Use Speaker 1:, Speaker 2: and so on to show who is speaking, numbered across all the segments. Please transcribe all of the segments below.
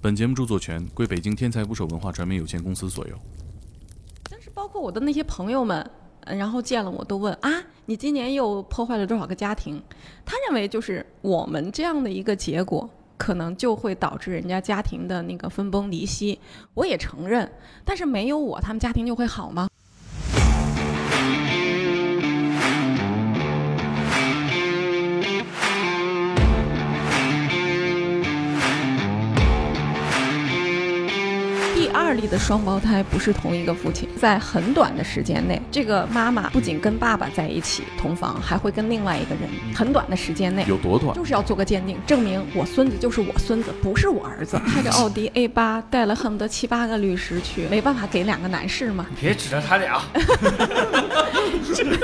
Speaker 1: 本节目著作权归北京天才捕手文化传媒有限公司所有。
Speaker 2: 但是包括我的那些朋友们，嗯然后见了我都问啊，你今年又破坏了多少个家庭？他认为就是我们这样的一个结果，可能就会导致人家家庭的那个分崩离析。我也承认，但是没有我，他们家庭就会好吗？第二例的双胞胎不是同一个父亲，在很短的时间内，这个妈妈不仅跟爸爸在一起同房，还会跟另外一个人，很短的时间内。
Speaker 1: 有多短？
Speaker 2: 就是要做个鉴定，证明我孙子就是我孙子，不是我儿子。开着奥迪 A 八，带了恨不得七八个律师去，没办法给两个男士 嘛。
Speaker 3: 别指着他俩，
Speaker 2: 也就是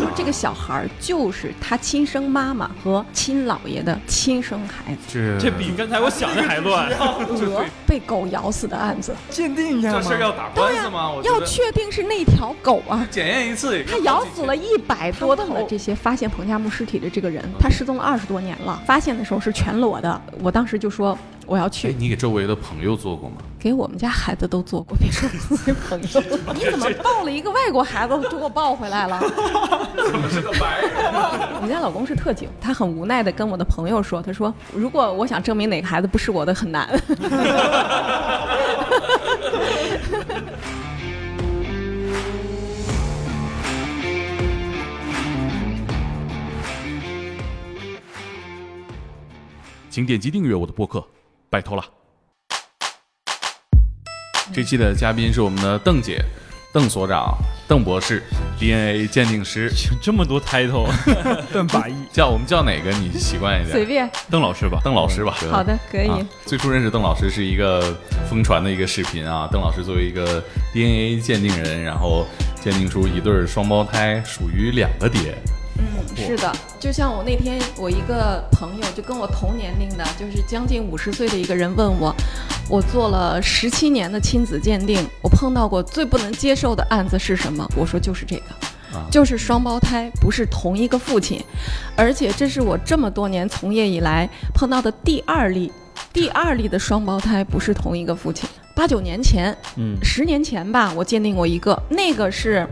Speaker 2: 说，这个小孩儿就是他亲生妈妈和亲姥爷的亲生孩子。
Speaker 4: 这
Speaker 5: 这比刚才我想的还乱。
Speaker 2: 鹅被狗咬死的案子，
Speaker 4: 鉴定 一
Speaker 5: 这
Speaker 4: 下
Speaker 5: 事儿
Speaker 4: 吗？
Speaker 5: 要打官司吗？我觉
Speaker 2: 啊要
Speaker 5: 得
Speaker 2: 确定是那条狗啊。
Speaker 5: 检验一次也
Speaker 2: 他
Speaker 5: 可以
Speaker 2: 咬
Speaker 5: 好几
Speaker 2: 死
Speaker 5: 天
Speaker 2: 了一百多头这些发现彭加木尸体的这个人，他失踪了二十多年了。发现的时候是全裸的，我当时就说我要
Speaker 1: 哎
Speaker 2: 去，，
Speaker 1: 你给周围的朋友做过吗？
Speaker 2: 给我们家孩子都做过，别说自己朋友。你怎么抱了一个外国孩子就给我抱回来了？我们家老公是特警，他很无奈的跟我的朋友说，他说如果我想证明哪个孩子不是我的很难。
Speaker 1: 请点击订阅我的播客，拜托了。这期的嘉宾是我们的邓姐、邓所长、邓博士，DNA 鉴定师，
Speaker 5: 这么多 title，
Speaker 4: 邓法医，
Speaker 1: 叫我们叫哪个你习惯一
Speaker 2: 随
Speaker 1: 点？
Speaker 2: 便，
Speaker 5: 邓老师吧，
Speaker 1: 邓老师吧。
Speaker 2: 好的，可以。
Speaker 1: 啊，最初认识邓老师是一个疯传的一个视频啊。邓老师作为一个 DNA 鉴定人，然后鉴定出一对儿双胞胎属于两个爹，
Speaker 2: 是的，就像我那天我一个朋友，就跟我同年龄的，就是将近五十岁的一个人问我，我做了十七年的亲子鉴定，我碰到过最不能接受的案子是什么？我说就是这个，
Speaker 1: 啊
Speaker 2: 就是双胞胎不是同一个父亲，而且这是我这么多年从业以来碰到的第二例，第二例的双胞胎不是同一个父亲。八九年前，
Speaker 4: 嗯
Speaker 2: 十年前吧，我鉴定过一个，那个是。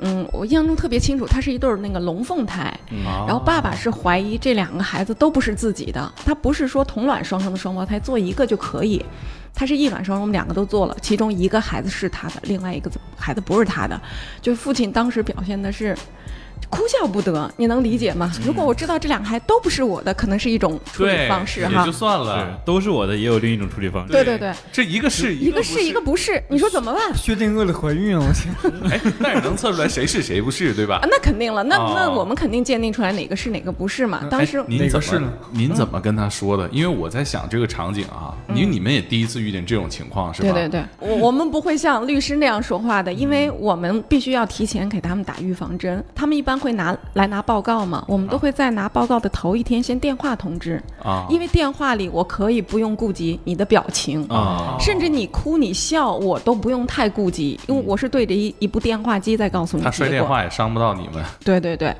Speaker 2: 嗯，我印象中特别清楚，它是一对儿那个龙凤胎，
Speaker 1: 啊
Speaker 2: 然后爸爸是怀疑这两个孩子都不是自己的，他不是说同卵双生的双胞胎做一个就可以，他是一卵双生，我们两个都做了，其中一个孩子是他的，另外一个孩子不是他的，就是父亲当时表现的是。哭笑不得，你能理解吗？如果我知道这两个孩子都不是我的，可能是一种处理
Speaker 1: 对
Speaker 2: 方式
Speaker 1: 也
Speaker 2: 哈
Speaker 1: 就。算
Speaker 5: 是
Speaker 1: 了。
Speaker 5: 都是我的，也有另一种处理方式。
Speaker 2: 对对对，
Speaker 1: 这一个是
Speaker 2: 一个是一个不是，你说怎么办？啊
Speaker 4: 薛定谔的怀孕啊！我天，
Speaker 1: 哎，但是能测出来谁是谁不是，对吧
Speaker 2: 啊？，那肯定了，那
Speaker 1: 哦
Speaker 2: 那我们肯定鉴定出来哪个是哪个不是嘛。当时
Speaker 1: 哎您
Speaker 4: 哪
Speaker 1: 怎
Speaker 4: 个
Speaker 1: 么
Speaker 4: 是呢
Speaker 1: 您怎么跟他说的？因为我在想这个场景啊，因为你们也第一次遇见这种情况是吧？
Speaker 2: 对对对，我我们不会像律师那样说话的，因为我们必须要提前给他们打预防针。他们一般会拿来拿报告嘛，我们都会在拿报告的头一天先电话通知，
Speaker 1: 啊，
Speaker 2: 因为电话里我可以不用顾及你的表情。
Speaker 1: 啊，
Speaker 2: 甚至你哭你笑，我都不用太顾及，因为我是对着一一部电话机在告诉你
Speaker 1: 他摔
Speaker 2: 结
Speaker 1: 电
Speaker 2: 果
Speaker 1: 话也伤不到你们。
Speaker 2: 对对对，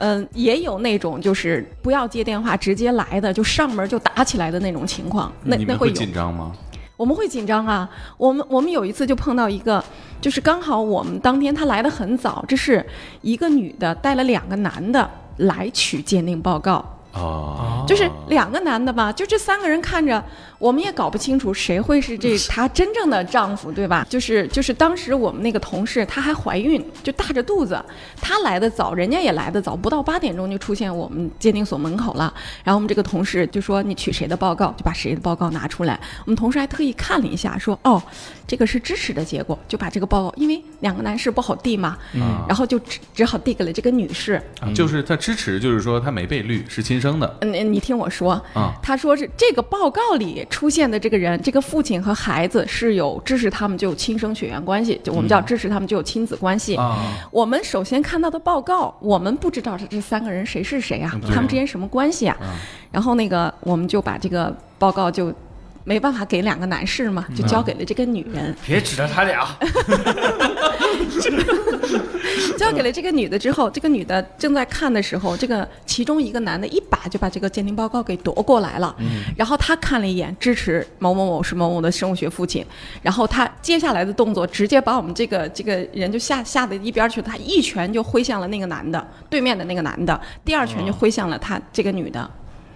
Speaker 2: 嗯、也有那种就是不要接电话直接来的，就上门就打起来的那种情况，那
Speaker 1: 你
Speaker 2: 那
Speaker 1: 们
Speaker 2: 会
Speaker 1: 会
Speaker 2: 有。
Speaker 1: 紧张吗？
Speaker 2: 我们会紧张啊。我们我们有一次就碰到一个，就是刚好我们当天她来的很早，这是一个女的带了两个男的来取鉴定报告，
Speaker 1: 啊，
Speaker 2: 就是两个男的吧，就这三个人看着，我们也搞不清楚谁会是这她真正的丈夫，对吧？就是就是当时我们那个同事她还怀孕，就大着肚子，她来的早，人家也来的早，不到八点钟就出现我们鉴定所门口了。然后我们这个同事就说：“你取谁的报告？”就把谁的报告拿出来。我们同事还特意看了一下，说：“哦，这个是支持的结果。”就把这个报告，因为两个男士不好递嘛，
Speaker 1: 嗯
Speaker 2: 然后就只只好递给了这个女士。
Speaker 1: 啊就是他支持，就是说他没被绿，是亲生的。
Speaker 2: 嗯，你听我说，
Speaker 1: 啊
Speaker 2: 他说是这个报告里出现的这个人，这个父亲和孩子是有支持他们就有亲生血缘关系，就我们叫支持他们就有亲子关系。
Speaker 1: 嗯啊，
Speaker 2: 我们首先看到的报告，我们不知道这这三个人谁
Speaker 1: 嗯
Speaker 2: 啊是谁啊，他们之间什么关系啊？然后那个我们就把这个报告就没办法给两个男士嘛，
Speaker 1: 嗯
Speaker 2: 就交给了这个女人。
Speaker 3: 别指着他俩，
Speaker 2: 交给了这个女的之后，这个女的正在看的时候，这个其中一个男的一把就把这个鉴定报告给夺过来了。
Speaker 5: 嗯
Speaker 2: 然后他看了一眼，支持某某某是某某的生物学父亲。然后他接下来的动作，直接把我们这个这个人就吓吓得一边去了。他一拳就挥向了那个男的，对面的那个男的，第二拳就挥向了他这个女的。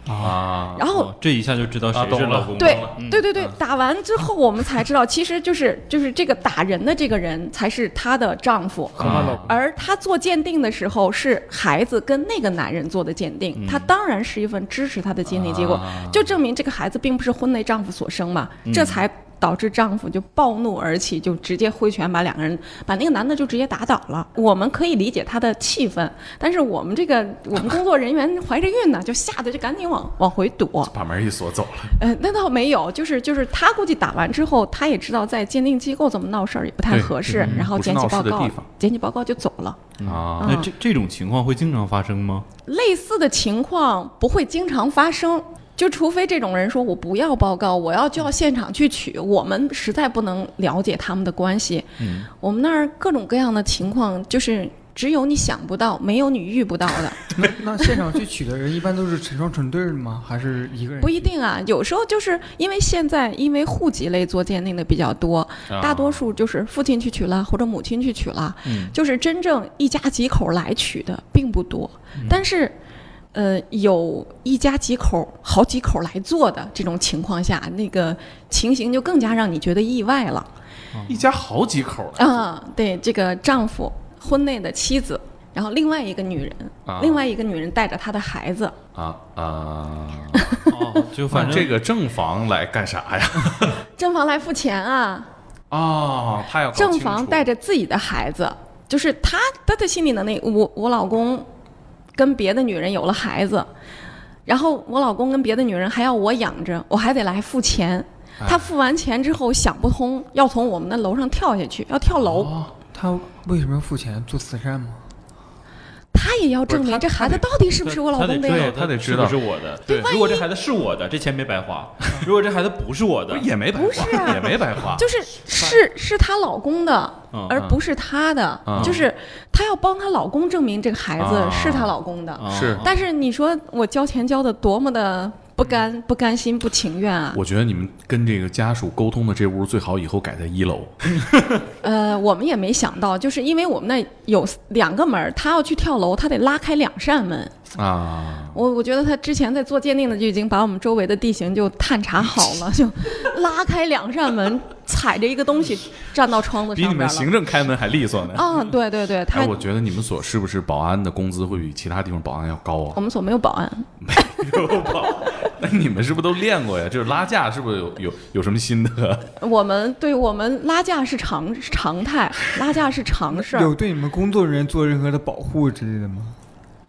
Speaker 1: 啊，
Speaker 2: 然后
Speaker 5: 哦 这一下就知道
Speaker 1: 啊
Speaker 5: 谁
Speaker 1: 懂
Speaker 5: 是
Speaker 1: 了
Speaker 5: 老公
Speaker 2: 对
Speaker 5: 了嗯
Speaker 2: 对对对，打完之后我们才知道，其实就是就是这个打人的这个人才是她的丈 夫，
Speaker 4: 和
Speaker 1: 啊
Speaker 4: 她老公
Speaker 2: 而她做鉴定的时候是孩子跟那个男人做的鉴
Speaker 1: 嗯
Speaker 2: 定，她当然是一份支持她的鉴定结果，
Speaker 1: 啊
Speaker 2: 就证明这个孩子并不是婚内丈夫所生嘛，
Speaker 1: 嗯
Speaker 2: 这才。导致丈夫就暴怒而起，就直接挥拳把两个人，把那个男的就直接打倒了。我们可以理解他的气愤，但是我们这个我们工作人员怀着孕呢，就吓得就赶紧往往回 躲。
Speaker 1: 把门一锁走了。
Speaker 2: 呃，那倒没有，就是就是他估计打完之后，他也知道在鉴定机构这么闹事儿也不太
Speaker 1: 对
Speaker 2: 合适，然后
Speaker 1: 不是
Speaker 2: 捡起
Speaker 1: 闹事
Speaker 2: 报
Speaker 1: 的
Speaker 2: 告
Speaker 1: 地方，
Speaker 2: 捡起报告就走了。嗯
Speaker 1: 啊，
Speaker 5: 那这这种情况会经常发生吗？
Speaker 2: 类似的情况不会经常发生。就除非这种人说我不要报告，我要就要现场去取，我们实在不能了解他们的关系。
Speaker 5: 嗯，
Speaker 2: 我们那儿各种各样的情况，就是只有你想不到，没有你遇不到的。
Speaker 4: 那那现场去取的人一般都是成双成对的吗？还是一个人？
Speaker 2: 不一定啊，有时候就是因为现在因为户籍类做鉴定的比较多，大多数就是父亲去取了或者母亲去取了，
Speaker 5: 嗯
Speaker 2: 就是真正一家几口来取的并不多，但是。呃，有一家几口、好几口来做的这种情况下，那个情形就更加让你觉得意外了。
Speaker 1: 嗯一家好几口儿
Speaker 2: 啊，对，这个丈夫、婚内的妻子，然后另外一个女人，
Speaker 1: 啊
Speaker 2: 另外一个女人带着她的孩子，
Speaker 1: 啊啊！
Speaker 5: 哦，就反
Speaker 1: 反
Speaker 5: 正
Speaker 1: 这个正房来干啥呀？
Speaker 2: 正房来付钱啊。
Speaker 5: 哦
Speaker 1: 啊，他要搞
Speaker 2: 正
Speaker 1: 清
Speaker 2: 房
Speaker 1: 楚
Speaker 2: 带着自己的孩子，就是他他的心理能力，我我老公跟别的女人有了孩子，然后我老公跟别的女人还要我养着，我还得来付钱。
Speaker 1: 哎
Speaker 2: 他付完钱之后想不通，要从我们的楼上跳下去，要跳楼，
Speaker 1: 哦
Speaker 4: 他为什么要付钱做慈善吗？
Speaker 2: 他也要
Speaker 1: 不是
Speaker 2: 证明
Speaker 1: 他
Speaker 2: 这孩子到底是不是我老公的
Speaker 5: 他
Speaker 2: 呀
Speaker 5: 得
Speaker 1: 对？
Speaker 5: 他
Speaker 1: 他
Speaker 5: 得
Speaker 1: 得
Speaker 5: 知
Speaker 1: 知
Speaker 5: 道
Speaker 1: 道
Speaker 5: 是不是我的。
Speaker 2: 对
Speaker 5: 如果这孩子是我的，这钱没白花；如果这孩子不是我的，
Speaker 1: 也没白
Speaker 2: 不是
Speaker 1: 花，
Speaker 2: 啊
Speaker 1: 也没白 花。
Speaker 2: 就是是是她老公的
Speaker 5: 嗯，
Speaker 2: 而不是她的，就是她要帮她老公证明这个孩子
Speaker 1: 嗯啊
Speaker 2: 是她老公的。
Speaker 5: 啊
Speaker 1: 是
Speaker 2: 但是你说我交钱交的多么的不甘、不甘心、不情愿啊！
Speaker 1: 嗯我觉得你们跟这个家属沟通的这屋最好以后改在一楼。
Speaker 2: 呃，我们也没想到，就是因为我们那有两个门儿，他要去跳楼，他得拉开两扇门。
Speaker 1: 啊，
Speaker 2: 我我觉得他之前在做鉴定的就已经把我们周围的地形就探查好 了，就拉开两扇门，踩着一个东西站到窗子
Speaker 1: 比你
Speaker 2: 上
Speaker 1: 们
Speaker 2: 边了。
Speaker 1: 行政开门还利索呢。
Speaker 2: 啊，对对对，他
Speaker 1: 哎，我觉得你们所是不是保安的工资会比其他地方保安要高啊
Speaker 2: 我？们所没有保安，
Speaker 1: 有保安，那你们是不是都练过呀？就是拉架，是不是有有有什么心 得？
Speaker 2: 我们对我们拉架是常是常态，拉架是常事
Speaker 4: 有
Speaker 2: 儿，
Speaker 4: 对你们工作人员做任何的保护之类的吗？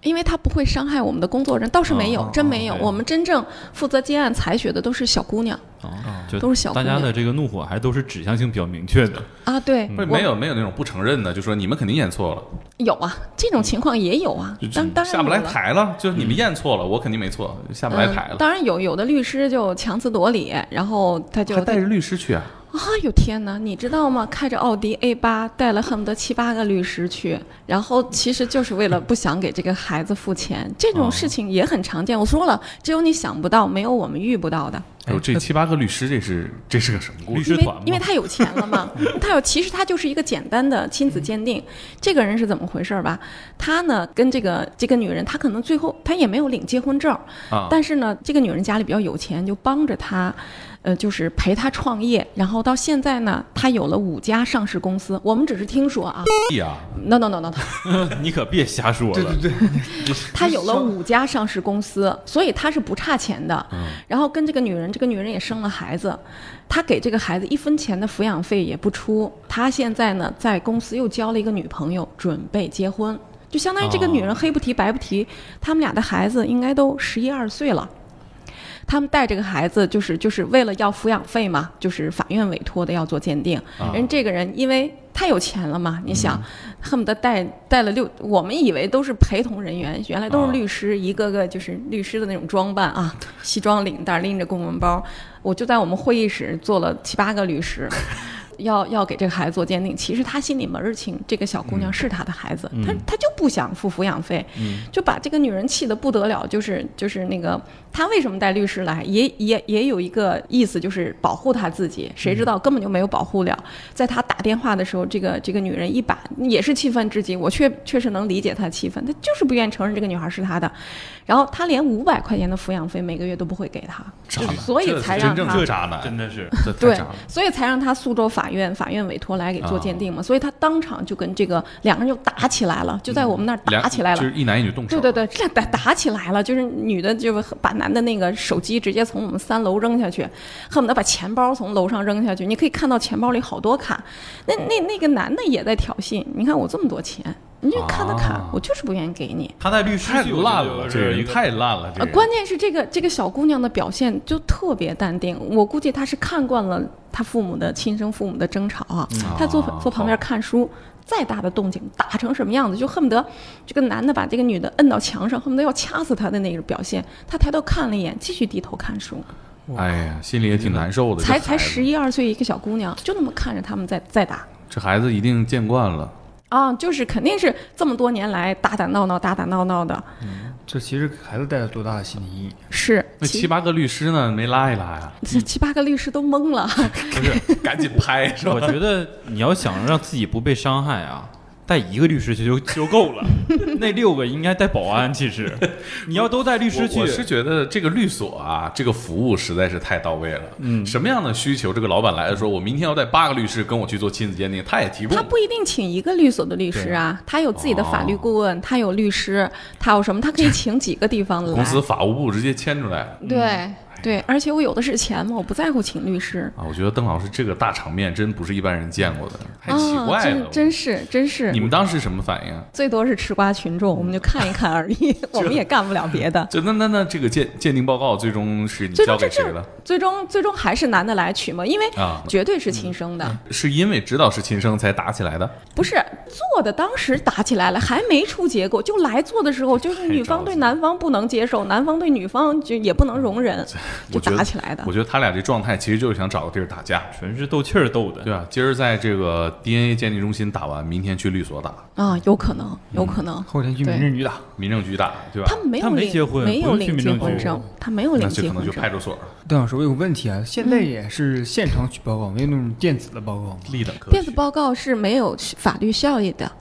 Speaker 2: 因为它不会伤害我们的工作人，倒是没有，
Speaker 4: 哦
Speaker 2: 真没有。
Speaker 5: 对
Speaker 2: 我们真正负责接案采血的都是小姑娘
Speaker 5: 啊，就
Speaker 2: 都是小姑
Speaker 5: 大
Speaker 2: 娘
Speaker 5: 家的这个怒火还都是指向性比较明确的。
Speaker 2: 啊，对，
Speaker 1: 不是嗯没有没有那种不承认的，就说你们肯定验错了，
Speaker 2: 有啊，这种情况也有啊
Speaker 1: 嗯就，就
Speaker 2: 当当然
Speaker 1: 下不来
Speaker 2: 有了
Speaker 1: 台了，就是
Speaker 5: 嗯
Speaker 1: 你们验错了，我肯定没错，下不来台
Speaker 2: 嗯。
Speaker 1: 了。
Speaker 2: 当然有，有的律师就强词夺理，然后他就
Speaker 1: 还带着律师 去啊？
Speaker 2: 啊，有天哪，你知道吗？开着奥迪 A 八，带了恨不得七八个律师去，然后其实就是为了不想给这个孩子付钱，这
Speaker 1: 哦
Speaker 2: 种事情也很常见。我说了，只有你想不到，没有我们遇不到的。
Speaker 1: 哎呦，这七八个律师，这是这是个什么故
Speaker 5: 律
Speaker 1: 事？
Speaker 2: 因
Speaker 5: 师
Speaker 2: 为
Speaker 5: 团嘛
Speaker 2: 因为他有钱了嘛，他有其实他就是一个简单的亲子鉴定。这个人是怎么回事儿吧？他呢跟这个这个女人，他可能最后他也没有领结婚证，
Speaker 1: 啊
Speaker 2: 但是呢，这个女人家里比较有钱，就帮着他，呃，就是陪他创业。然后到现在呢，他有了五家上市公司，我们只是听说啊
Speaker 1: 屁啊！
Speaker 2: ，no no no no，no，
Speaker 5: 你可别瞎说了。
Speaker 4: 对对对，
Speaker 2: 他有了五家上市公司，所以他是不差钱的。然后跟这个女人，这个女人也生了孩子，他给这个孩子一分钱的抚养费也不出。他现在呢，在公司又交了一个女朋友，准备结婚。就相当于这个女人黑不提白不提，他们俩的孩子应该都十一二岁了。他们带这个孩子，就是就是为了要抚养费嘛，就是法院委托的要做鉴定。人这个人因为太有钱了嘛！你想，恨不得带带了六，我们以为都是陪同人员，原来都
Speaker 1: 啊
Speaker 2: 是律师，一个个就是律师的那种装扮啊，西装领带，拎着公文包。我就在我们会议室坐了七八个律师，要要给这个孩子做鉴定。其实他心里门儿清，这个小姑娘
Speaker 1: 嗯
Speaker 2: 是他的孩子，他他就不想付抚养费，就把这个女人气得不得了。就是就是那个，他为什么带律师来，也也也有一个意思，就是保护他自己。谁
Speaker 1: 嗯
Speaker 2: 知道根本就没有保护了。在他打电话的时候，这个这个女人一把也是气愤至极，我确确实能理解她的气愤，她就是不愿意承认这个女孩是她的。然后他连五百块钱的抚养费每个月都不会给她，
Speaker 1: 渣
Speaker 2: 就
Speaker 1: 男，
Speaker 2: 所以
Speaker 1: 这
Speaker 2: 才
Speaker 1: 是
Speaker 2: 让
Speaker 1: 真正
Speaker 2: 她
Speaker 1: 的渣男，
Speaker 5: 真的是
Speaker 1: 这太
Speaker 2: 对
Speaker 1: 渣了。，
Speaker 2: 所以才让他苏州法院法院委托来给做鉴定嘛，
Speaker 1: 啊
Speaker 2: 所以他当场就跟这个两个人就打起来了，就在我们那儿
Speaker 1: 嗯两
Speaker 2: 打起来了。
Speaker 1: 就是一男一女动手，
Speaker 2: 对对对，这打打起来了，就是女的就把男的那个手机直接从我们三楼扔下去，恨不得把钱包从楼上扔下去。你可以看到钱包里好多卡，那那那个男的也在挑衅，你看我这么多钱，你就看他卡，
Speaker 1: 啊
Speaker 2: 我就是不愿意给你。
Speaker 5: 他在律师
Speaker 1: 太
Speaker 5: 剧我觉得
Speaker 1: 烂了，这
Speaker 5: 是
Speaker 1: 个
Speaker 5: 一
Speaker 1: 人
Speaker 5: 个
Speaker 1: 太烂了，这
Speaker 2: 呃，
Speaker 1: 个
Speaker 2: 关键是这个这个小姑娘的表现就特别淡定，我估计她是看惯了她父母的亲生父母的争吵啊，她坐
Speaker 1: 啊
Speaker 2: 坐旁边看书。再大的动静打成什么样子，就恨不得这个男的把这个女的摁到墙上，恨不得要掐死她的那个表现。她抬头看了一眼，继续低头看书，
Speaker 1: 人哎呀，心里也挺难受的。
Speaker 2: 才
Speaker 1: 这孩
Speaker 2: 才
Speaker 1: 子
Speaker 2: 十一二岁一个小姑娘，就那么看着他们在在打
Speaker 1: 这孩子一定见惯了。
Speaker 2: 啊，就是肯定是这么多年来打打闹闹、打打闹闹的，
Speaker 4: 这其实给孩子带来多大的心理阴影？
Speaker 2: 是
Speaker 1: 那
Speaker 2: 其
Speaker 1: 七八个律师呢，没拉一拉呀？
Speaker 2: 这七八个律师都懵了。
Speaker 1: 不是，赶紧拍是
Speaker 5: 我？觉得你要想让自己不被伤害啊，带一个律师去就就 够了。那六个应该带保安，其实你要都带律师
Speaker 1: 我
Speaker 5: 去
Speaker 1: 我，是觉得这个律所啊，这个服务实在是太到位了。嗯，什么样的需求，这个老板来了说，我明天要带八个律师跟我去做亲子鉴定，他也提供
Speaker 2: 他。不一定请一个律所的律师啊，他有自己的法律顾
Speaker 1: 哦
Speaker 2: 问，他有律师，他有什么，他可以请几个 地方的来。
Speaker 1: 公司法务部直接牵出来了
Speaker 2: 对对，而且我有的是钱嘛，我不在乎请律师。
Speaker 1: 啊！我觉得邓老师这个大场面真不是一般人见过的，太奇
Speaker 2: 啊，
Speaker 1: 怪了。
Speaker 2: 真真是真是
Speaker 1: 你，们嗯当时什么反应啊？
Speaker 2: 最多是吃瓜群众，我们就看一看而 已，我们也干不了别的。
Speaker 1: 就那那那这个鉴鉴定报告最终是你
Speaker 2: 最
Speaker 1: 交
Speaker 2: 终
Speaker 1: 给
Speaker 2: 这
Speaker 1: 谁
Speaker 2: 这
Speaker 1: 了？
Speaker 2: 最终最终还是男的来取嘛，因为
Speaker 1: 啊嗯
Speaker 2: 绝对是亲生的，
Speaker 1: 是因为知道是亲生才打起来的？
Speaker 2: 不是做的。当时打起来了，还没出结果，就来做的时候，就是女方对男方不能接受，男方对女方就也不能容忍，就
Speaker 1: 我觉得
Speaker 2: 打起来的
Speaker 1: 我。觉得他俩这状态其实就是想找个地儿打架。
Speaker 5: 纯是斗气儿斗的。
Speaker 1: 对啊，今儿在这个 DNA 鉴定中心打完，明天去律所打，
Speaker 2: 啊，有可能，有可能。
Speaker 4: 后天去民政局打，
Speaker 1: 民政局打，对吧
Speaker 2: 他？们没有
Speaker 5: 嗯啊他没
Speaker 2: 领
Speaker 5: 结婚
Speaker 2: 没
Speaker 5: 不
Speaker 2: 有
Speaker 5: 用去
Speaker 2: 领
Speaker 5: 民
Speaker 2: 结
Speaker 5: 政
Speaker 2: 婚
Speaker 5: 局
Speaker 2: 证，他没有领
Speaker 1: 那就
Speaker 2: 结
Speaker 1: 可能
Speaker 2: 婚
Speaker 1: 就
Speaker 2: 证
Speaker 1: 派。出所了，
Speaker 4: 邓老师，我有个问题啊，现在也是现场举报告，没有那种电子的报告吗？
Speaker 1: 立等科嗯
Speaker 2: 电子报告是没有法律效益的。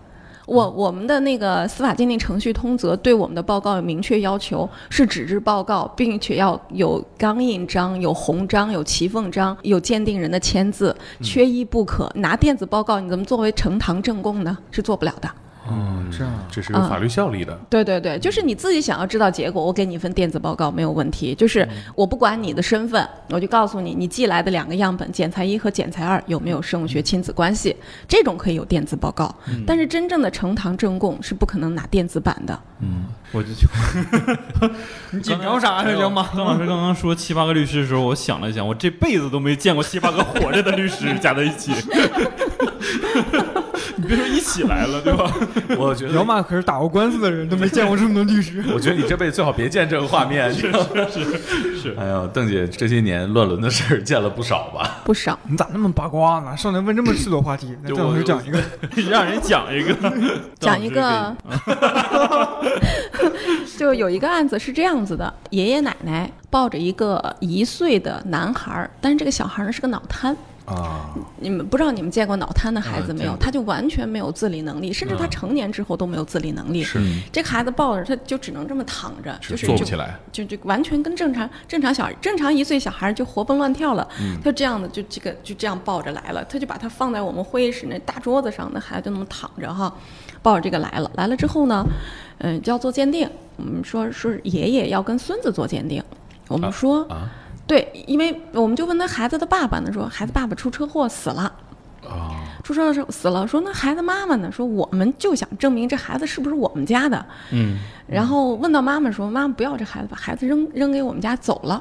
Speaker 2: 我我们的那个司法鉴定程序通则对我们的报告有明确要求，是纸质报告，并且要有钢印章、有红章、有齐凤章、有鉴定人的签字，
Speaker 5: 嗯
Speaker 2: 缺一不可。拿电子报告，你怎么作为呈堂证供呢？是做不了的。
Speaker 4: 哦，
Speaker 1: 嗯
Speaker 4: 这样啊，
Speaker 1: 这是有
Speaker 2: 嗯
Speaker 1: 法律效力的。
Speaker 2: 对对对，就是你自己想要知道结果，我给你一份电子报告没有问题。就是
Speaker 5: 嗯
Speaker 2: 我不管你的身份，我就告诉你，你寄来的两个样本，检材一和检材二有没有生物学亲子关系，
Speaker 5: 嗯
Speaker 2: 这种可以有电子报告。但是真正的呈堂证供是不可能拿电子版的。
Speaker 5: 我就去。
Speaker 4: 你紧张啥呀，江妈？
Speaker 5: 邓老师刚刚说七八个律师的时候，我想了一想，我这辈子都没见过七八个活着的律师加在一 起。你别说一起来了，对吧？
Speaker 1: 我觉
Speaker 4: 姚，妈可是打过官司的人，都没见过这么多律师。
Speaker 1: 我觉得你这辈子最好别见这个画面。
Speaker 5: 是是，
Speaker 1: 哎呦，邓姐这些年乱伦的事儿见了不少吧？
Speaker 2: 不少，
Speaker 4: 你咋那么八卦呢？上来问这么赤裸话题，那
Speaker 1: 就
Speaker 4: 邓老师
Speaker 1: 我
Speaker 4: 讲一个，
Speaker 5: 让人讲一个，
Speaker 2: 讲一
Speaker 5: 邓
Speaker 2: 个
Speaker 5: 嗯老师，
Speaker 2: 就有一个案子是这样子的：爷爷奶奶抱着一个一岁的男孩儿，但是这个小孩儿呢是个脑瘫。
Speaker 1: 啊，
Speaker 2: 你们不知道你们见过脑瘫的孩子
Speaker 5: 嗯
Speaker 2: 没
Speaker 5: 见
Speaker 2: 有？
Speaker 5: 过
Speaker 2: 他就完全没有自理能力，甚至他成年之后都没有自理能力。
Speaker 1: 嗯是
Speaker 2: 这个孩子抱着他就只能这么躺着，就是
Speaker 1: 坐不
Speaker 2: 就
Speaker 1: 起来，
Speaker 2: 就就完全跟正常正常小孩正常一岁小孩就活蹦乱跳了，
Speaker 1: 嗯
Speaker 2: 他就这样的就这个就这样抱着来了，他就把他放在我们会议室那大桌子上，那孩子就那么躺着哈，抱着这个来了，来了之后呢，嗯、就要做鉴定，我们说说爷爷要跟孙子做鉴定，我们说、
Speaker 1: 啊
Speaker 2: 对，因为我们就问他孩子的爸爸呢，说孩子爸爸出车祸死了。
Speaker 1: 啊，
Speaker 2: 出车祸时候死了，说那孩子妈妈呢？说我们就想证明这孩子是不是我们家的。
Speaker 5: 嗯，
Speaker 2: 然后问到妈妈说：“妈妈不要这孩子，把孩子扔扔给我们家走了。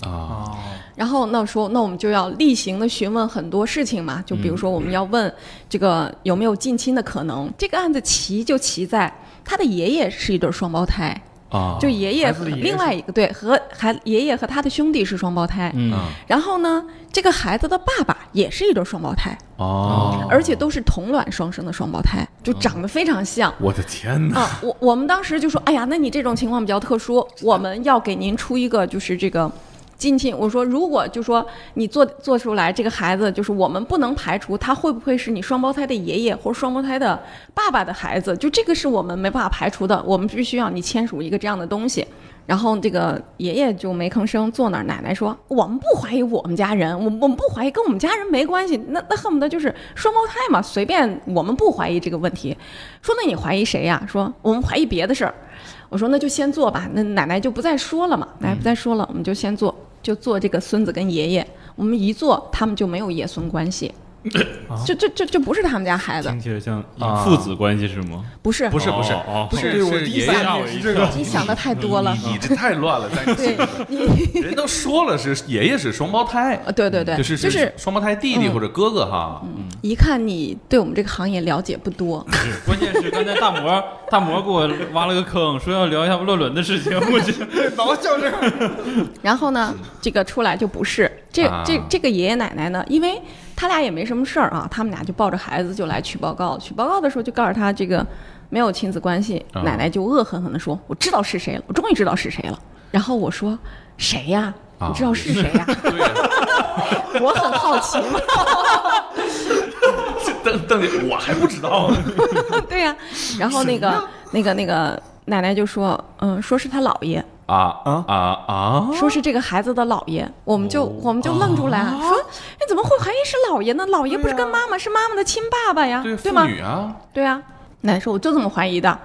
Speaker 1: 啊，
Speaker 4: 哦，
Speaker 2: 然后那说，那我们就要例行的询问很多事情嘛，就
Speaker 4: 嗯
Speaker 2: 比如说我们要问这个有没有近亲的可能。这个案子奇就奇在他的爷爷是一对双胞胎，
Speaker 1: 啊，
Speaker 2: 就爷爷
Speaker 4: 哦孩
Speaker 2: 和
Speaker 4: 子的爷爷
Speaker 2: 另
Speaker 4: 是
Speaker 2: 外一个对和还爷爷和他的兄弟是双胞胎，
Speaker 5: 嗯
Speaker 1: 啊
Speaker 2: 然后呢，这个孩子的爸爸也是一对双胞胎，
Speaker 1: 哦，
Speaker 2: 而且都是同卵双生的双胞胎，就
Speaker 4: 哦
Speaker 2: 长得非常像。
Speaker 1: 我的天哪！
Speaker 2: 啊，我我们当时就说，哎呀，那你这种情况比较特殊，我们要给您出一个就是这个近亲。我说，如果就说你做做出来这个孩子，就是我们不能排除他会不会是你双胞胎的爷爷或者双胞胎的爸爸的孩子，就这个是我们没办法排除的，我们必须要你签署一个这样的东西。然后这个爷爷就没吭声，坐那儿。奶奶说：“我们不怀疑我们家人，我们我们不怀疑，跟我们家人没关系。那那恨不得就是双胞胎嘛，随便，我们不怀疑这个问题。”说：“那你怀疑谁呀、说：“我们怀疑别的事儿。”我说：“那就先做吧。”那奶奶就不再说了嘛，奶奶不再说了，我们就先做，就做这个孙子跟爷爷。我们一做，他们就没有爷孙关系，就就就就不是他们家孩子，
Speaker 5: 听起来像
Speaker 1: 啊
Speaker 5: 父子关系嗯是吗？
Speaker 2: 不是。
Speaker 1: 不是不是
Speaker 5: 哦哦
Speaker 1: 不是，
Speaker 4: 对我
Speaker 1: 是
Speaker 4: 第一
Speaker 1: 爷
Speaker 4: 反
Speaker 1: 爷
Speaker 4: 应
Speaker 5: 吓我一
Speaker 4: 是这个
Speaker 5: 跳，
Speaker 2: 你想的太多了，
Speaker 1: 你你这太乱 了，在你
Speaker 2: 对
Speaker 1: 心里边人都说了是爷爷是双胞胎，
Speaker 2: 呃，对对对，
Speaker 1: 就是
Speaker 2: 就是
Speaker 1: 双胞胎弟弟
Speaker 2: 嗯
Speaker 1: 或者哥哥哈，
Speaker 2: 一看你对我们这个行业了解不多，
Speaker 5: 是 关键是刚才大魔大魔给我挖了个坑，说要聊一下乱伦的事情，我觉
Speaker 1: 嗯
Speaker 5: 得
Speaker 4: 老想这个
Speaker 2: 然后呢，这个出来就不是这
Speaker 1: 啊
Speaker 2: 这这个爷爷奶奶呢，因为他俩也没什么事儿啊，他们俩就抱着孩子就来取报告。取报告的时候就告诉他这个没有亲子关系，
Speaker 1: 啊
Speaker 2: 奶奶就恶狠狠地说：“我知道是谁了，我终于知道是谁了。”然后我说：“谁呀？
Speaker 1: 啊
Speaker 2: 你知道是谁 呀？”我很好奇嘛，
Speaker 1: 这邓邓姐我还不知道呢，
Speaker 2: 对呀、然后那个那个那个奶奶就说：“嗯，说是他姥爷。”
Speaker 1: 啊啊啊！
Speaker 2: 说是这个孩子的姥爷，我们就、我们就愣住了、啊，说，哎，怎么会怀疑是姥爷呢？姥爷不是跟妈妈、是妈妈的亲爸爸呀，
Speaker 1: 对
Speaker 2: 对
Speaker 1: 父
Speaker 2: 吗？
Speaker 1: 女啊，
Speaker 2: 对啊，奶奶说我就这么怀疑的。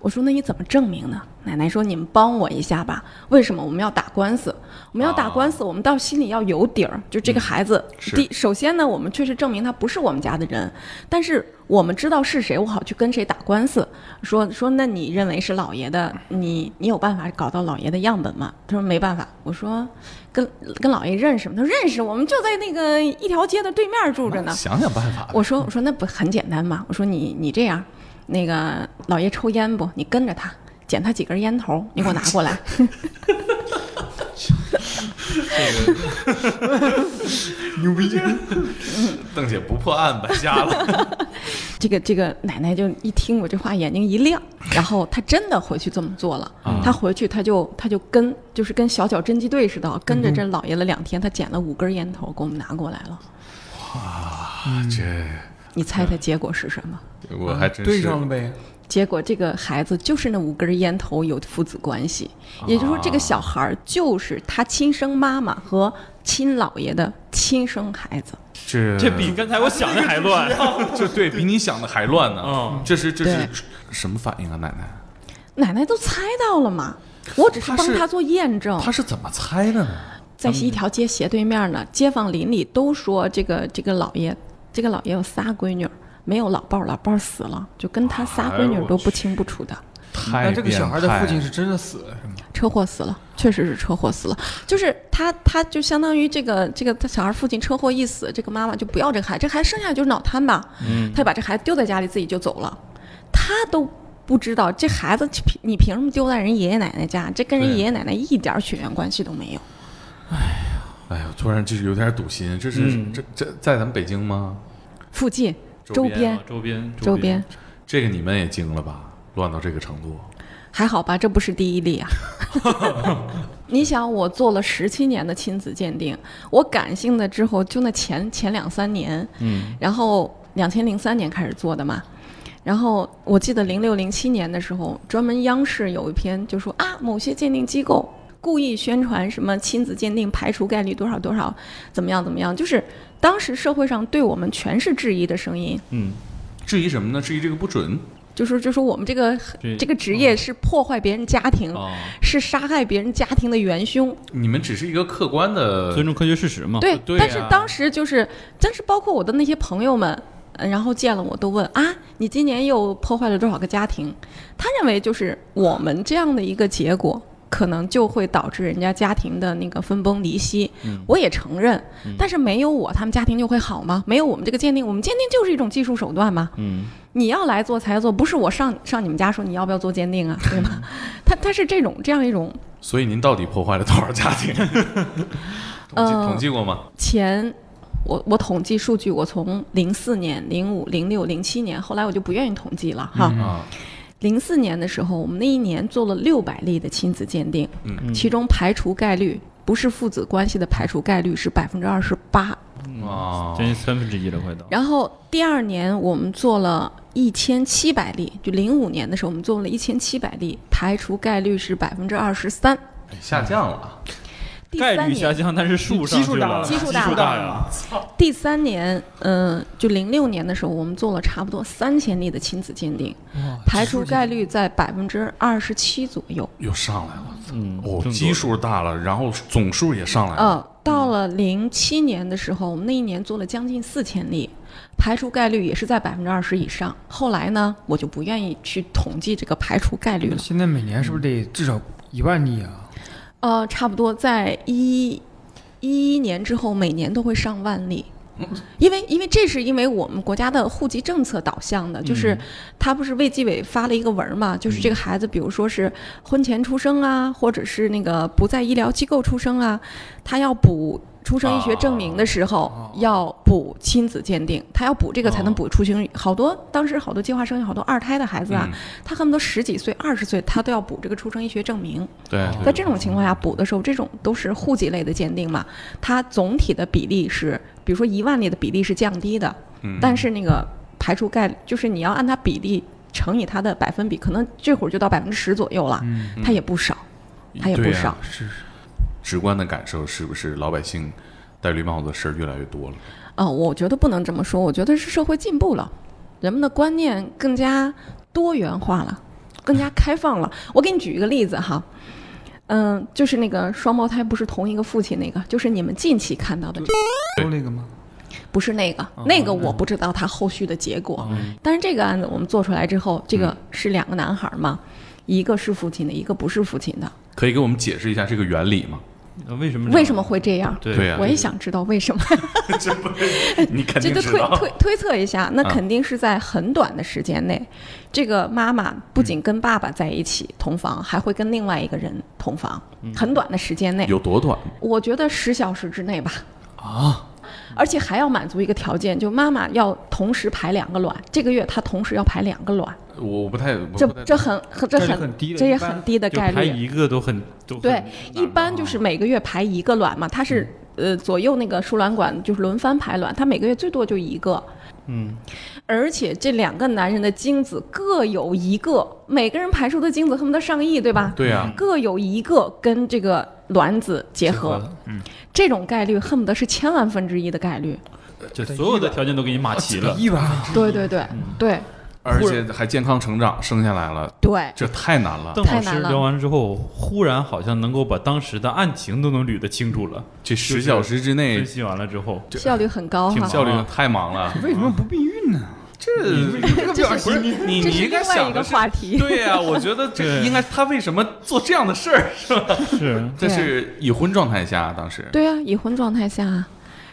Speaker 2: 我说那你怎么证明呢？奶奶说你们帮我一下吧。为什么我们要打官司？我们要打官司，我们到心里要有底儿。就这个孩子，
Speaker 1: 是
Speaker 2: 第首先呢，我们确实证明他不是我们家的人，但是我们知道是谁，我好去跟谁打官司。说说那你认为是姥爷的，你你有办法搞到姥爷的样本吗？他说没办法。我说跟跟姥爷认识吗？他说认识，我们就在那个一条街的对面住着呢。
Speaker 1: 想想办法吧。
Speaker 2: 我说我说那不很简单吗？我说你你这样，那个老爷抽烟不？你跟着他，捡他几根烟头，你给我拿过来。
Speaker 4: 牛逼，
Speaker 1: 邓姐不破案白瞎了，
Speaker 2: 这个这个奶奶就一听我这话，眼睛一亮，然后她真的回去这么做了。她回去，她就她就跟就是跟小脚侦缉队似的，跟着这老爷了两天，她捡了五根烟头给我们拿过来了。
Speaker 1: 啊
Speaker 5: 嗯
Speaker 1: 这
Speaker 2: 你猜猜结果是什么？
Speaker 1: 我还真
Speaker 4: 对
Speaker 1: 是
Speaker 4: 上了呗。
Speaker 2: 结果这个孩子就是那五根烟头有父子关系，
Speaker 1: 啊
Speaker 2: 也就是说这个小孩儿就是他亲生妈妈和亲姥爷的亲生孩子。
Speaker 1: 这
Speaker 5: 这 比刚才我想的还乱。
Speaker 1: 这对比你想的还乱呢。
Speaker 5: 嗯
Speaker 1: 这是这
Speaker 2: 对
Speaker 1: 是什么反应啊，奶奶？
Speaker 2: 奶奶都猜到了嘛，我只是
Speaker 1: 他
Speaker 2: 帮
Speaker 1: 是
Speaker 2: 他做验
Speaker 4: 嗯
Speaker 2: 证。
Speaker 1: 他是怎么猜的呢？
Speaker 2: 在一条街斜对面呢，街坊邻里都说这个这个老爷，这个老爷有仨闺女儿，没有老伴儿，老伴儿死了，就跟他仨闺女儿都不清不楚的。
Speaker 1: 太
Speaker 4: 那这个小孩的父亲
Speaker 1: 是
Speaker 4: 是真的死了是吗？
Speaker 2: 车祸死了，确实是车祸死了。就是他，他就相当于这个这个他小孩父亲车祸一死，这个妈妈就不要这个孩子，这孩子生下来就是脑瘫吧，嗯，他就把这孩子丢在家里自己就走了，他都不知道这孩子凭你凭什么丢在人爷爷奶奶家？这跟人
Speaker 1: 对
Speaker 2: 爷爷奶奶一点儿血缘关系都没有。
Speaker 1: 哎呀，突然就是有点堵心。这是、
Speaker 5: 嗯
Speaker 1: 这这在咱们北京吗？
Speaker 2: 附近
Speaker 1: 周边
Speaker 2: 边
Speaker 5: 啊周边
Speaker 2: 周边
Speaker 1: 这个你们也惊了吧？乱到这个程度，
Speaker 2: 还好吧，这不是第一例啊。你想，我做了十七年的亲子鉴定，我感性的之后，就那前前两三年，
Speaker 5: 嗯，
Speaker 2: 然后两千零三年开始做的嘛。然后我记得零六零七年的时候，专门央视有一篇就说啊，某些鉴定机构故意宣传什么亲子鉴定排除概率多少多少，怎么样怎么样，就是当时社会上对我们全是质疑的声音，
Speaker 5: 嗯，
Speaker 1: 质疑什么呢？质疑这个不准。
Speaker 2: 就说就说我们这个
Speaker 5: 这
Speaker 2: 这个职业是破坏别人家庭，
Speaker 5: 哦，
Speaker 2: 是杀害别人家庭的元凶。
Speaker 1: 你们只是一个客观的
Speaker 5: 尊重科学事实嘛。
Speaker 2: 对，
Speaker 1: 对
Speaker 2: 但是
Speaker 5: 啊
Speaker 1: 呀
Speaker 2: 当时就是，但是包括我的那些朋友们，呃然后见了我都问啊，你今年又破坏了多少个家庭？他认为就是我们这样的一个结果，可能就会导致人家家庭的那个分崩离析。
Speaker 5: 嗯
Speaker 2: 我也承认
Speaker 5: 嗯，
Speaker 2: 但是没有我，他们家庭就会好吗？没有我们这个鉴定，我们鉴定就是一种技术手段嘛。
Speaker 5: 嗯，
Speaker 2: 你要来做才做，不是我上上你们家说你要不要做鉴 定啊，对吗？他他是这种这样一种
Speaker 1: 所以您到底破坏了多少家 庭？统计
Speaker 2: 呃
Speaker 1: 统计过吗？
Speaker 2: 前我我统计数据，我从零四年、零五、零六、零七年，后来我就不愿意统计了哈。
Speaker 1: 啊，
Speaker 2: 零四、年的时候，我们那一年做了六百例的亲子鉴定，
Speaker 1: 嗯
Speaker 2: 其中排除概率不是父子关系的排除概率是百分之二十八。
Speaker 5: 嗯
Speaker 1: 啊，
Speaker 5: 将近三分之一了，快到。
Speaker 2: 然后第二年我们做了一千七百例，就零五年的时候我们做了一千七百例，排除概率是百分之二十三。
Speaker 1: 下降了啊。
Speaker 2: 第
Speaker 5: 概
Speaker 2: 三
Speaker 5: 率下
Speaker 2: 年，
Speaker 5: 降，但是数上
Speaker 4: 基
Speaker 5: 去
Speaker 4: 数大
Speaker 5: 了，
Speaker 4: 了
Speaker 2: 基数大了
Speaker 5: 呀。
Speaker 2: 第三年，嗯、就零六年的时候，我们做了差不多三千例的亲子鉴定，
Speaker 4: 哇
Speaker 2: 排除概率在百分之二十七左右。
Speaker 1: 又上来了，
Speaker 5: 嗯，
Speaker 1: 哦，
Speaker 5: 更多
Speaker 1: 基数大了，然后总数也上来了，
Speaker 2: 嗯，到了零七年的时候，我们那一年做了将近四千例，排除概率也是在百分之二十以上。后来呢，我就不愿意去统计这个排除概率了。
Speaker 4: 现在每年是不是得至少一万例啊？
Speaker 2: 呃，差不多在一一一年之后，每年都会上万例。因为，因为这是因为我们国家的户籍政策导向的，就是他不是卫计委发了一个文儿嘛，就是这个孩子，比如说是婚前出生啊，或者是那个不在医疗机构出生啊，他要补出生医学证明的时候
Speaker 4: 哦
Speaker 2: 要补亲子鉴定，他要补这个才能
Speaker 1: 哦
Speaker 2: 补出生。好多当时好多计划生育，好多二胎的孩子啊，他恨不得十几岁、二十岁，他都要补这个出生医学证明。
Speaker 1: 对，
Speaker 2: 在
Speaker 1: 对
Speaker 2: 这种情况下补的时候，这种都是户籍类的鉴定嘛，它总体的比例是，比如说一万例的比例是降低的，
Speaker 1: 嗯
Speaker 2: 但是那个排除概率，就是你要按它比例乘以它的百分比，可能这会儿就到百分之十左右了，
Speaker 4: 嗯，
Speaker 2: 它也不少，它也
Speaker 1: 嗯
Speaker 2: 不
Speaker 1: 对呀
Speaker 2: 少。
Speaker 4: 是
Speaker 1: 直观的感受是不是老百姓戴绿帽子的事儿越来越多了？
Speaker 2: 啊、我觉得不能这么说，我觉得是社会进步了，人们的观念更加多元化了，更加开放了。我给你举一个例子哈，嗯，就是那个双胞胎不是同一个父亲那个，就是你们近期看到的这，
Speaker 4: 收那个吗？
Speaker 2: 不是那个，
Speaker 1: 嗯
Speaker 2: 那个我不知道他后续的结果。但是这个案子我们做出来之后，这
Speaker 1: 嗯
Speaker 2: 个是两个男孩嘛，一个是父亲的，一个不是父亲的，
Speaker 1: 可以给我们解释一下这个原理吗？
Speaker 5: 那为什么？
Speaker 2: 为什么？会这样？
Speaker 5: 对
Speaker 1: 嗯对呀
Speaker 2: 我也想知道为什么。
Speaker 1: 你肯
Speaker 2: 哎这
Speaker 1: 定
Speaker 2: 就
Speaker 1: 知
Speaker 2: 推
Speaker 1: 道，
Speaker 2: 推推测一下，那
Speaker 1: 啊
Speaker 2: 肯定是在很短的时间内，这个妈妈不仅跟爸爸在一起同房，还会跟另外一个人同房，很短的时间内，
Speaker 1: 嗯 有多短？
Speaker 2: 我觉得十小时之内吧。
Speaker 4: 啊，
Speaker 2: 而且还要满足一个条件，就妈妈要同时排两个卵，这个月她同时要排两个卵，
Speaker 1: 我我不太，我
Speaker 2: 这
Speaker 1: 不太
Speaker 2: 这很很这
Speaker 4: 概率
Speaker 2: 很
Speaker 4: 很低的
Speaker 2: 这
Speaker 4: 一
Speaker 2: 也
Speaker 4: 般
Speaker 2: 很低的
Speaker 5: 就
Speaker 2: 概
Speaker 5: 排
Speaker 2: 率。
Speaker 5: 一个都很都很
Speaker 2: 对，
Speaker 5: 难
Speaker 2: 一般就是每个月排一个卵嘛，它是呃左右那个输卵管就是轮番排卵，它每个月最多就一个。
Speaker 5: 嗯，
Speaker 2: 而且这两个男人的精子各有一个，每个人排出的精子恨不得上亿，对吧？
Speaker 1: 对呀，
Speaker 2: 各有一个跟这个卵子结合，
Speaker 5: 嗯
Speaker 2: 这种概率恨不得是千万分之一的概率。
Speaker 5: 就所有的条件都给你码齐了。
Speaker 4: 一万，
Speaker 2: 对对对对
Speaker 1: 而且还健康成长，生下来了，
Speaker 2: 对，
Speaker 1: 这太难了。
Speaker 5: 邓
Speaker 2: 太
Speaker 5: 老
Speaker 2: 难
Speaker 5: 师
Speaker 2: 了
Speaker 5: 聊完之后，忽然好像能够把当时的案情都能捋得清楚了。
Speaker 1: 这十小时之内
Speaker 5: 分，析完了之后，
Speaker 1: 这
Speaker 2: 效率很高
Speaker 5: 挺
Speaker 2: 哈
Speaker 5: 忙。
Speaker 1: 效率太忙了。
Speaker 5: 嗯
Speaker 4: 为什么不避孕呢？
Speaker 1: 这
Speaker 4: 这个表
Speaker 1: 不是
Speaker 4: 情，
Speaker 1: 你你
Speaker 2: 这
Speaker 1: 你
Speaker 2: 是
Speaker 1: 应
Speaker 2: 另
Speaker 1: 该
Speaker 2: 外
Speaker 1: 想
Speaker 2: 一个
Speaker 1: 的是
Speaker 2: 话 题。
Speaker 1: 对呀、我觉得这
Speaker 5: 对
Speaker 1: 应该他为什么做这样的事儿？
Speaker 5: 是
Speaker 1: 这
Speaker 2: 对
Speaker 1: 是已婚状态下，当时
Speaker 2: 对啊，已婚状态下啊，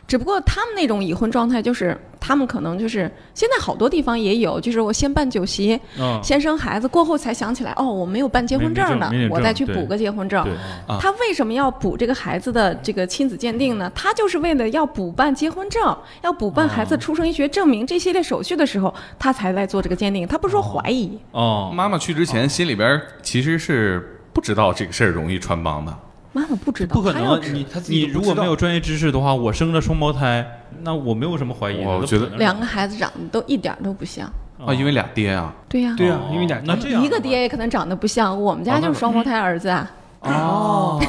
Speaker 2: 只不过他们那种已婚状态就是他们可能就是现在好多地方也有，就是我先办酒席，
Speaker 5: 嗯，
Speaker 2: 先生孩子过后才想起来，哦，我没有办结婚证呢
Speaker 5: 没没证没领，证
Speaker 2: 我再去补
Speaker 5: 对
Speaker 2: 个结婚证
Speaker 5: 对。
Speaker 1: 啊
Speaker 2: 他为什么要补这个孩子的这个亲子鉴定呢？他就是为了要补办结婚证，要补办孩
Speaker 5: 啊
Speaker 2: 子出生医学证明这系列手续的时候，他才来做这个鉴定。他不是说怀疑，
Speaker 5: 哦，
Speaker 1: 妈妈去之前心里边其实是不知道这个事儿容易穿帮的。
Speaker 2: 妈妈不知道，
Speaker 5: 不可
Speaker 2: 他要
Speaker 5: 能，
Speaker 2: 知
Speaker 5: 你
Speaker 4: 他自
Speaker 5: 你
Speaker 4: 己都
Speaker 5: 如
Speaker 4: 不知道
Speaker 5: 果没有专业知识的话，我生了双胞胎，那我没有什么怀疑的。
Speaker 1: 我
Speaker 5: 都
Speaker 1: 觉得
Speaker 5: 不可能
Speaker 2: 两个孩子长得都一点儿都不像。
Speaker 5: 哦
Speaker 1: 啊，因为俩爹啊，
Speaker 2: 对呀、
Speaker 4: 对啊，因为俩
Speaker 5: 那这样
Speaker 2: 一个爹也可能长得不像，我们家就是双胞胎儿子啊，
Speaker 4: 哦，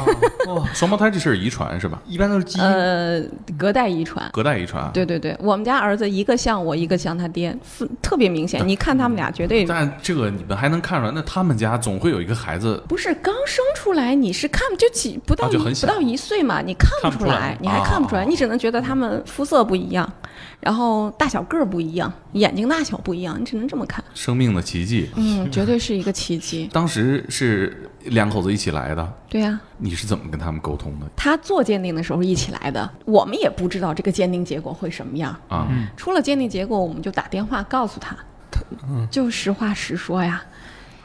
Speaker 4: 哇，
Speaker 1: 双胞胎这事儿遗传是吧？
Speaker 4: 一般都是基因
Speaker 2: 呃，隔代遗传。
Speaker 1: 隔代遗传。，
Speaker 2: 对对对，我们家儿子一个像我，一个像他爹，分特别明显。你看他们俩绝对
Speaker 1: 但这个你们还能看出来，那他们家总会有一个孩子，
Speaker 2: 不是刚生出来，你是看就几不到
Speaker 1: 啊就
Speaker 2: 一、
Speaker 1: 很
Speaker 2: 不
Speaker 1: 小
Speaker 2: 到一岁嘛，你看
Speaker 5: 看
Speaker 2: 不
Speaker 5: 不
Speaker 2: 出
Speaker 5: 出
Speaker 2: 来，
Speaker 5: 来
Speaker 2: 你还看不出来，你只能觉得他们肤色不一样，然后大小个儿不一样，眼睛大小不一样，你只能这么看。
Speaker 1: 生命的奇迹。
Speaker 2: 嗯，绝对是一个奇迹。
Speaker 1: 当时是两口子一起来的，
Speaker 2: 对呀、
Speaker 1: 你是怎么跟他们沟通的
Speaker 2: 他做鉴定的时候一起来的，我们也不知道这个鉴定结果会什么样。
Speaker 1: 啊？
Speaker 2: 出了鉴定结果，我们就打电话告诉他，他就实话实说呀。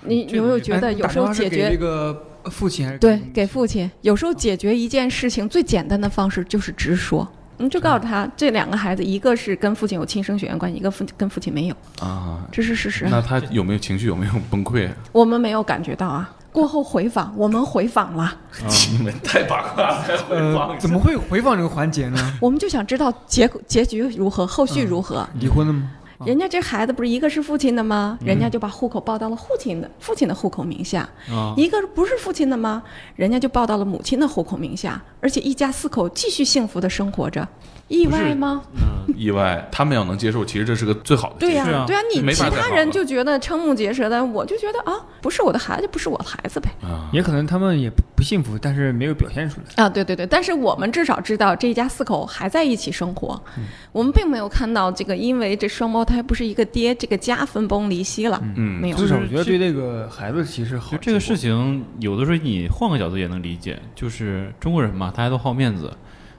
Speaker 2: 你你有没有觉
Speaker 4: 哎
Speaker 2: 得有时候解
Speaker 4: 这
Speaker 2: 决
Speaker 4: 个父亲还是
Speaker 2: 对给父亲，有时候解决一件事情最简单的方式就是直说。你就告诉他，这两个孩子，一个是跟父亲有亲生血缘关系，一个父跟父亲没有，
Speaker 1: 啊，
Speaker 2: 这是事实啊。
Speaker 1: 那他有没有情绪？有没有崩溃？
Speaker 2: 我们没有感觉到啊。过后回访，我们回访了，
Speaker 1: 你们太八卦了，太会
Speaker 4: 呃怎么会回访这个环 节呢？
Speaker 2: 我们就想知道结果结局如何，后续如何。
Speaker 4: 离婚了吗？啊
Speaker 2: 人家这孩子不是一个是父亲的吗？人家就把户口报到了父亲的父亲的户口名下，
Speaker 5: 啊，
Speaker 2: 一个不是父亲的吗？人家就报到了母亲的户口名下，而且一家四口继续幸福的生活着，意外吗？
Speaker 5: 嗯，
Speaker 1: 意外？他们要能接受，其实这是个最好的结
Speaker 2: 对
Speaker 1: 局。
Speaker 2: 呀、
Speaker 5: 是啊
Speaker 2: 对呀、你
Speaker 1: 没
Speaker 2: 其
Speaker 1: 法
Speaker 2: 他
Speaker 1: 改
Speaker 2: 人
Speaker 1: 了
Speaker 2: 就觉得瞠目结舌的，我就觉得啊，不是我的孩子，不是我的孩子呗。
Speaker 1: 啊，
Speaker 4: 也可能他们也不不幸福，但是没有表现出来。
Speaker 2: 啊，对对对，但是我们至少知道这一家四口还在一起生活，我们并没有看到这个，因为这双胞胎不是一个爹，这个家分崩离析了，
Speaker 1: 嗯
Speaker 2: 没有
Speaker 4: 至少
Speaker 5: 就
Speaker 4: 我
Speaker 5: 是
Speaker 4: 觉得
Speaker 5: 这
Speaker 4: 对这个孩子其实好
Speaker 5: 就
Speaker 4: 结果。
Speaker 5: 这个事情，有的时候你换个角度也能理解，就是中国人嘛，大家都好面子。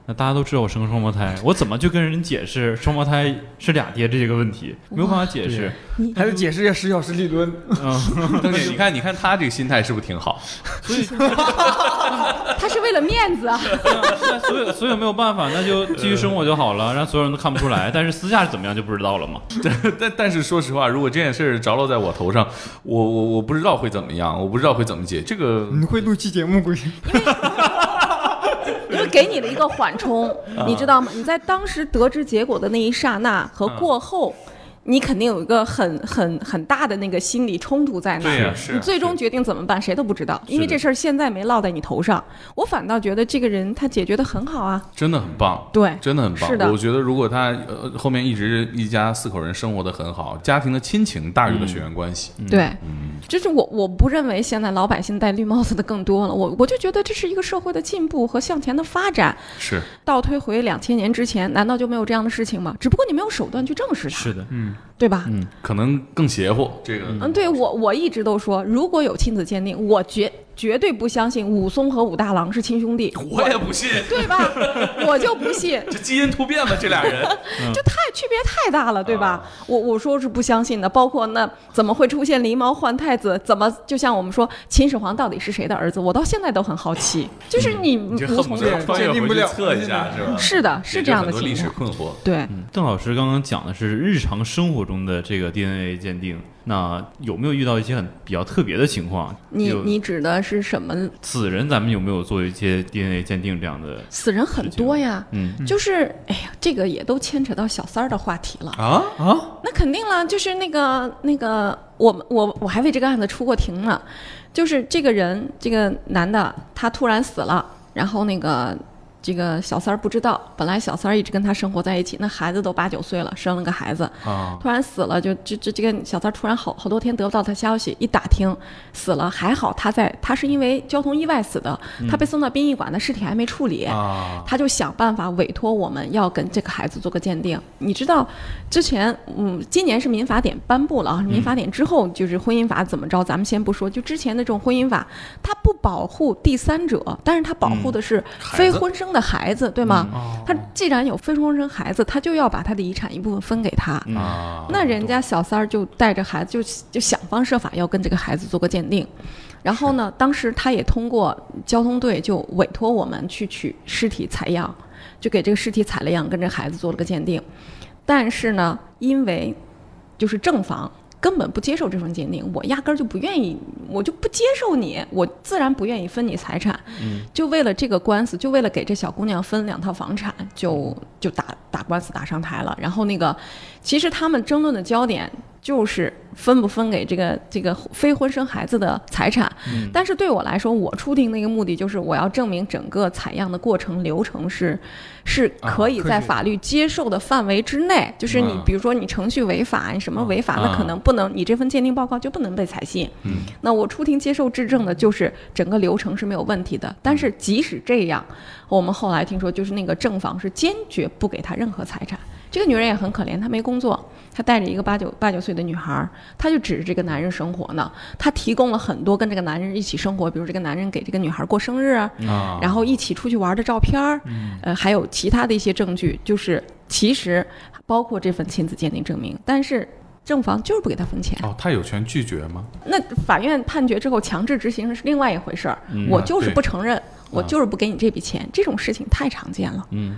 Speaker 5: 那大家都知道我生个双胞胎，我怎么去跟人解释双胞胎是俩爹这个问题？没有办法解释。
Speaker 2: 你
Speaker 4: 还得解释一下十小时理 论。
Speaker 5: 嗯，
Speaker 1: 邓姐，你看，你看他这个心态是不是挺好？
Speaker 5: 所以
Speaker 2: 他是为了面子啊，
Speaker 5: 那所有所有没有办法，那就继续生活就好了，让所有人都看不出来。但是私下是怎么样就不知道了嘛。
Speaker 1: 但但是说实话，如果这件事儿着落在我头上，我我我不知道会怎么样，我不知道会怎么解这个。
Speaker 4: 你会录期节目估计？
Speaker 2: 因为给你了一个缓冲，你知道吗？你在当时得知结果的那一刹那和过后，你肯定有一个很很很大的那个心理冲突在那儿。
Speaker 1: 对呀是
Speaker 2: 你最终决定怎么办，谁都不知道，因为这事儿现在没落在你头上。我反倒觉得这个人他解决的很好啊，
Speaker 1: 真的很棒，
Speaker 2: 对
Speaker 1: 真的很棒。
Speaker 2: 是的
Speaker 1: 我觉得如果他呃后面一直一家四口人生活的很好，家庭的亲情大于了血缘关系。
Speaker 2: 对，就是我我不认为现在老百姓戴绿帽子的更多了，我我就觉得这是一个社会的进步和向前的发展。
Speaker 1: 是，
Speaker 2: 倒推回两千年之前，难道就没有这样的事情吗？只不过你没有手段去证实它，
Speaker 5: 的，
Speaker 2: 对吧？
Speaker 5: 嗯
Speaker 1: 可能更邪乎。这个，
Speaker 2: 嗯，对我我一直都说，如果有亲子鉴定，我绝绝对不相信武松和武大郎是亲兄弟，
Speaker 1: 我也不信，
Speaker 2: 对吧？ 我就不信，
Speaker 1: 这基因突变吧，这俩人。
Speaker 2: 这太区别太大了，对吧？
Speaker 1: 啊
Speaker 2: 我我说是不相信的，包括那怎么会出现狸猫换太子？怎么就像我们说秦始皇到底是谁的儿子？我到现在都很好奇，就是你
Speaker 1: 嗯你这
Speaker 2: 无
Speaker 1: 恨不
Speaker 2: 从
Speaker 1: 得
Speaker 2: 证
Speaker 1: 穿
Speaker 2: 明。
Speaker 1: 越
Speaker 4: 鉴定
Speaker 1: 回
Speaker 4: 不
Speaker 1: 去
Speaker 4: 了
Speaker 1: 测一下，是吧？
Speaker 2: 是的，
Speaker 1: 解
Speaker 2: 是
Speaker 1: 决
Speaker 2: 这样
Speaker 1: 很
Speaker 2: 的
Speaker 1: 多
Speaker 2: 情
Speaker 1: 历史嗯
Speaker 2: 况。
Speaker 1: 困惑。
Speaker 2: 对，
Speaker 5: 邓老师刚刚讲的是日常生活中的这个 DNA 鉴定，那有没有遇到一些很比较特别的情况？
Speaker 2: 你
Speaker 5: 有
Speaker 2: 你指的是什么？
Speaker 5: 死人，咱们有没有做一些 DNA 鉴定这样的？
Speaker 2: 死人很多呀，
Speaker 5: 嗯，
Speaker 2: 就是哎呀，这个也都牵扯到小三儿的话题了。
Speaker 1: 啊，
Speaker 2: 那肯定了，就是那个那个，我们我我还为这个案子出过庭呢，就是这个人，这个男的，他突然死了，然后那个这个小三儿不知道，本来小三儿一直跟他生活在一起，那孩子都八九岁了，生了个孩子，
Speaker 1: 啊，
Speaker 2: 突然死了，就这这这个小三儿突然好好多天得不到他消息，一打听死了，还好他在，他是因为交通意外死的，他被送到殡仪馆，那尸体还没处理，
Speaker 1: 啊
Speaker 2: 他就想办法委托我们要跟这个孩子做个鉴定。你知道，之前嗯，今年是民法典颁布了啊，民法典之后就是婚姻法怎么着，咱们先不说，就之前的这种婚姻法，它不保护第三者，但是它保护的是非婚生的嗯孩子，嗯哦对吗？他既然有非婚生孩子，他就要把他的遗产一部分分给他。
Speaker 1: 啊，
Speaker 2: 那人家小三儿就带着孩子，就就想方设法要跟这个孩子做个鉴定。然后呢，当时他也通过交通队就委托我们去取尸体采样，就给这个尸体采了样，跟这孩子做了个鉴定。但是呢，因为就是正房根本不接受这份鉴定，我压根儿就不愿意，我就不接受你，我自然不愿意分你财产。
Speaker 4: 嗯
Speaker 2: 就为了这个官司，就为了给这小姑娘分两套房产，就就打打官司打上台了。然后那个，其实他们争论的焦点就是分不分给这个这个非婚生孩子的财产。
Speaker 4: 嗯
Speaker 2: 但是对我来说，我出庭那个目的就是我要证明整个采样的过程流程是是可以
Speaker 4: 啊科
Speaker 2: 在
Speaker 4: 学啊
Speaker 2: 法律接受的范围之内，就是你
Speaker 1: 嗯
Speaker 2: 比如说你程序违法，你什么违法，那可能不能你这份鉴定报告就不能被采信。那我出庭接受质证的就是整个流程是没有问题的。但是即使这样，我们后来听说，就是那个正房是坚决不给他任何财产，这个女人也很可怜，她没工作，她带着一个八九八九岁的女孩儿，她就指着这个男人生活呢。她提供了很多跟这个男人一起生活，比如这个男人给这个女孩过生日啊，
Speaker 1: 啊，嗯
Speaker 2: 然后一起出去玩的照片儿，呃，还有其他的一些证据，就是其实包括这份亲子鉴定证明，但是正房就是不给他分钱。
Speaker 1: 哦，他有权拒绝吗？
Speaker 2: 那法院判决之后强制执行是另外一回事儿，我就
Speaker 1: 嗯
Speaker 2: 是
Speaker 1: 对嗯
Speaker 2: 不承认，我就是不给你这笔钱，这种事情太常见了。
Speaker 5: 嗯，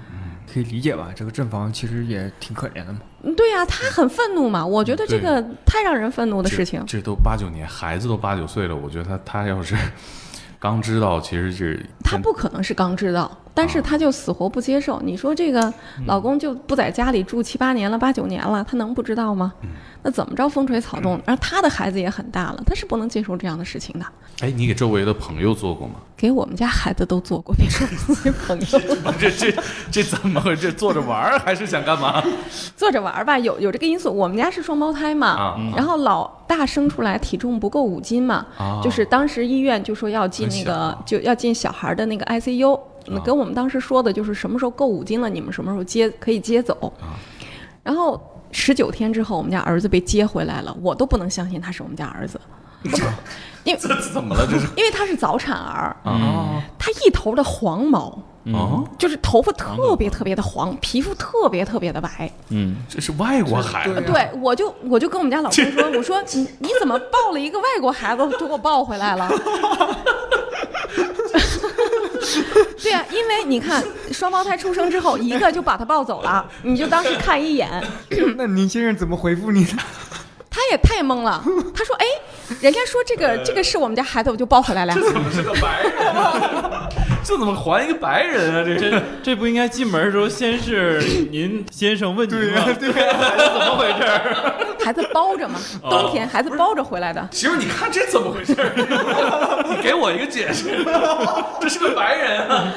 Speaker 4: 可以理解吧？这个正房其实也挺可怜的嘛。
Speaker 2: 嗯对呀、他很愤怒嘛，我觉
Speaker 1: 嗯
Speaker 2: 得这个太让人愤怒的事情。
Speaker 1: 这都八九年，孩子都八九岁了，我觉得他他要是 刚知道，其实是
Speaker 2: 他不可能是刚知道，但是他就死活不接受。你说这个老公就不在家里住七八年了、八九年了，他能不知道吗？那怎么着风吹草动？而他的孩子也很大了，他是不能接受这样的事情的。
Speaker 1: 哎，你给周围的朋友做过吗？
Speaker 2: 给我们家孩子都做过， 别说自己朋友，
Speaker 1: 这这这怎么回事？坐着玩儿还是想干嘛
Speaker 2: 坐着玩儿吧，有有这个因素。我们家是双胞胎嘛，
Speaker 1: 啊？
Speaker 2: 然后老大生出来体重不够五斤嘛，
Speaker 1: 啊
Speaker 2: 就是当时医院就说要进那
Speaker 1: 很小
Speaker 2: 个
Speaker 1: 啊
Speaker 2: 就要进小孩的那个 ICU，、
Speaker 1: 啊
Speaker 2: 跟我们当时说的就是什么时候够五斤了，你们什么时候接可以接走。
Speaker 1: 啊
Speaker 2: 然后十九天之后，我们家儿子被接回来了，我都不能相信他是我们家儿 子，因为
Speaker 1: 这这 怎么了？这是
Speaker 2: 因为他是早产儿，
Speaker 1: 啊
Speaker 2: 他一头的黄毛，
Speaker 1: 哦，
Speaker 2: 就是头发特别特别的黄，皮肤特别特别的白。
Speaker 5: 嗯，
Speaker 1: 这啊是外国孩子，
Speaker 2: 对，我就我就跟我们家老公说，我说你你怎么抱了一个外国孩子就给我抱回来了？ 对呀、因为你看双胞胎出生之后，一个就把他抱走了，你就当时看一眼，
Speaker 4: 那您先生怎么回复你 的？
Speaker 2: 他也太懵了。他说：“哎，人家说这个这个是我们家孩子，我就抱回来了。”
Speaker 1: 怎么是个白人啊？ 这怎么还一个白人啊？这是
Speaker 5: 这这不应该进门的时候先是 您先生问您吗？对 怎么回事儿？
Speaker 2: 孩子包着嘛，
Speaker 5: 哦
Speaker 2: 冬天孩子包着回来的。
Speaker 1: 媳妇儿，你看这怎么回事儿？ 你给我一个解释，这是个白人啊！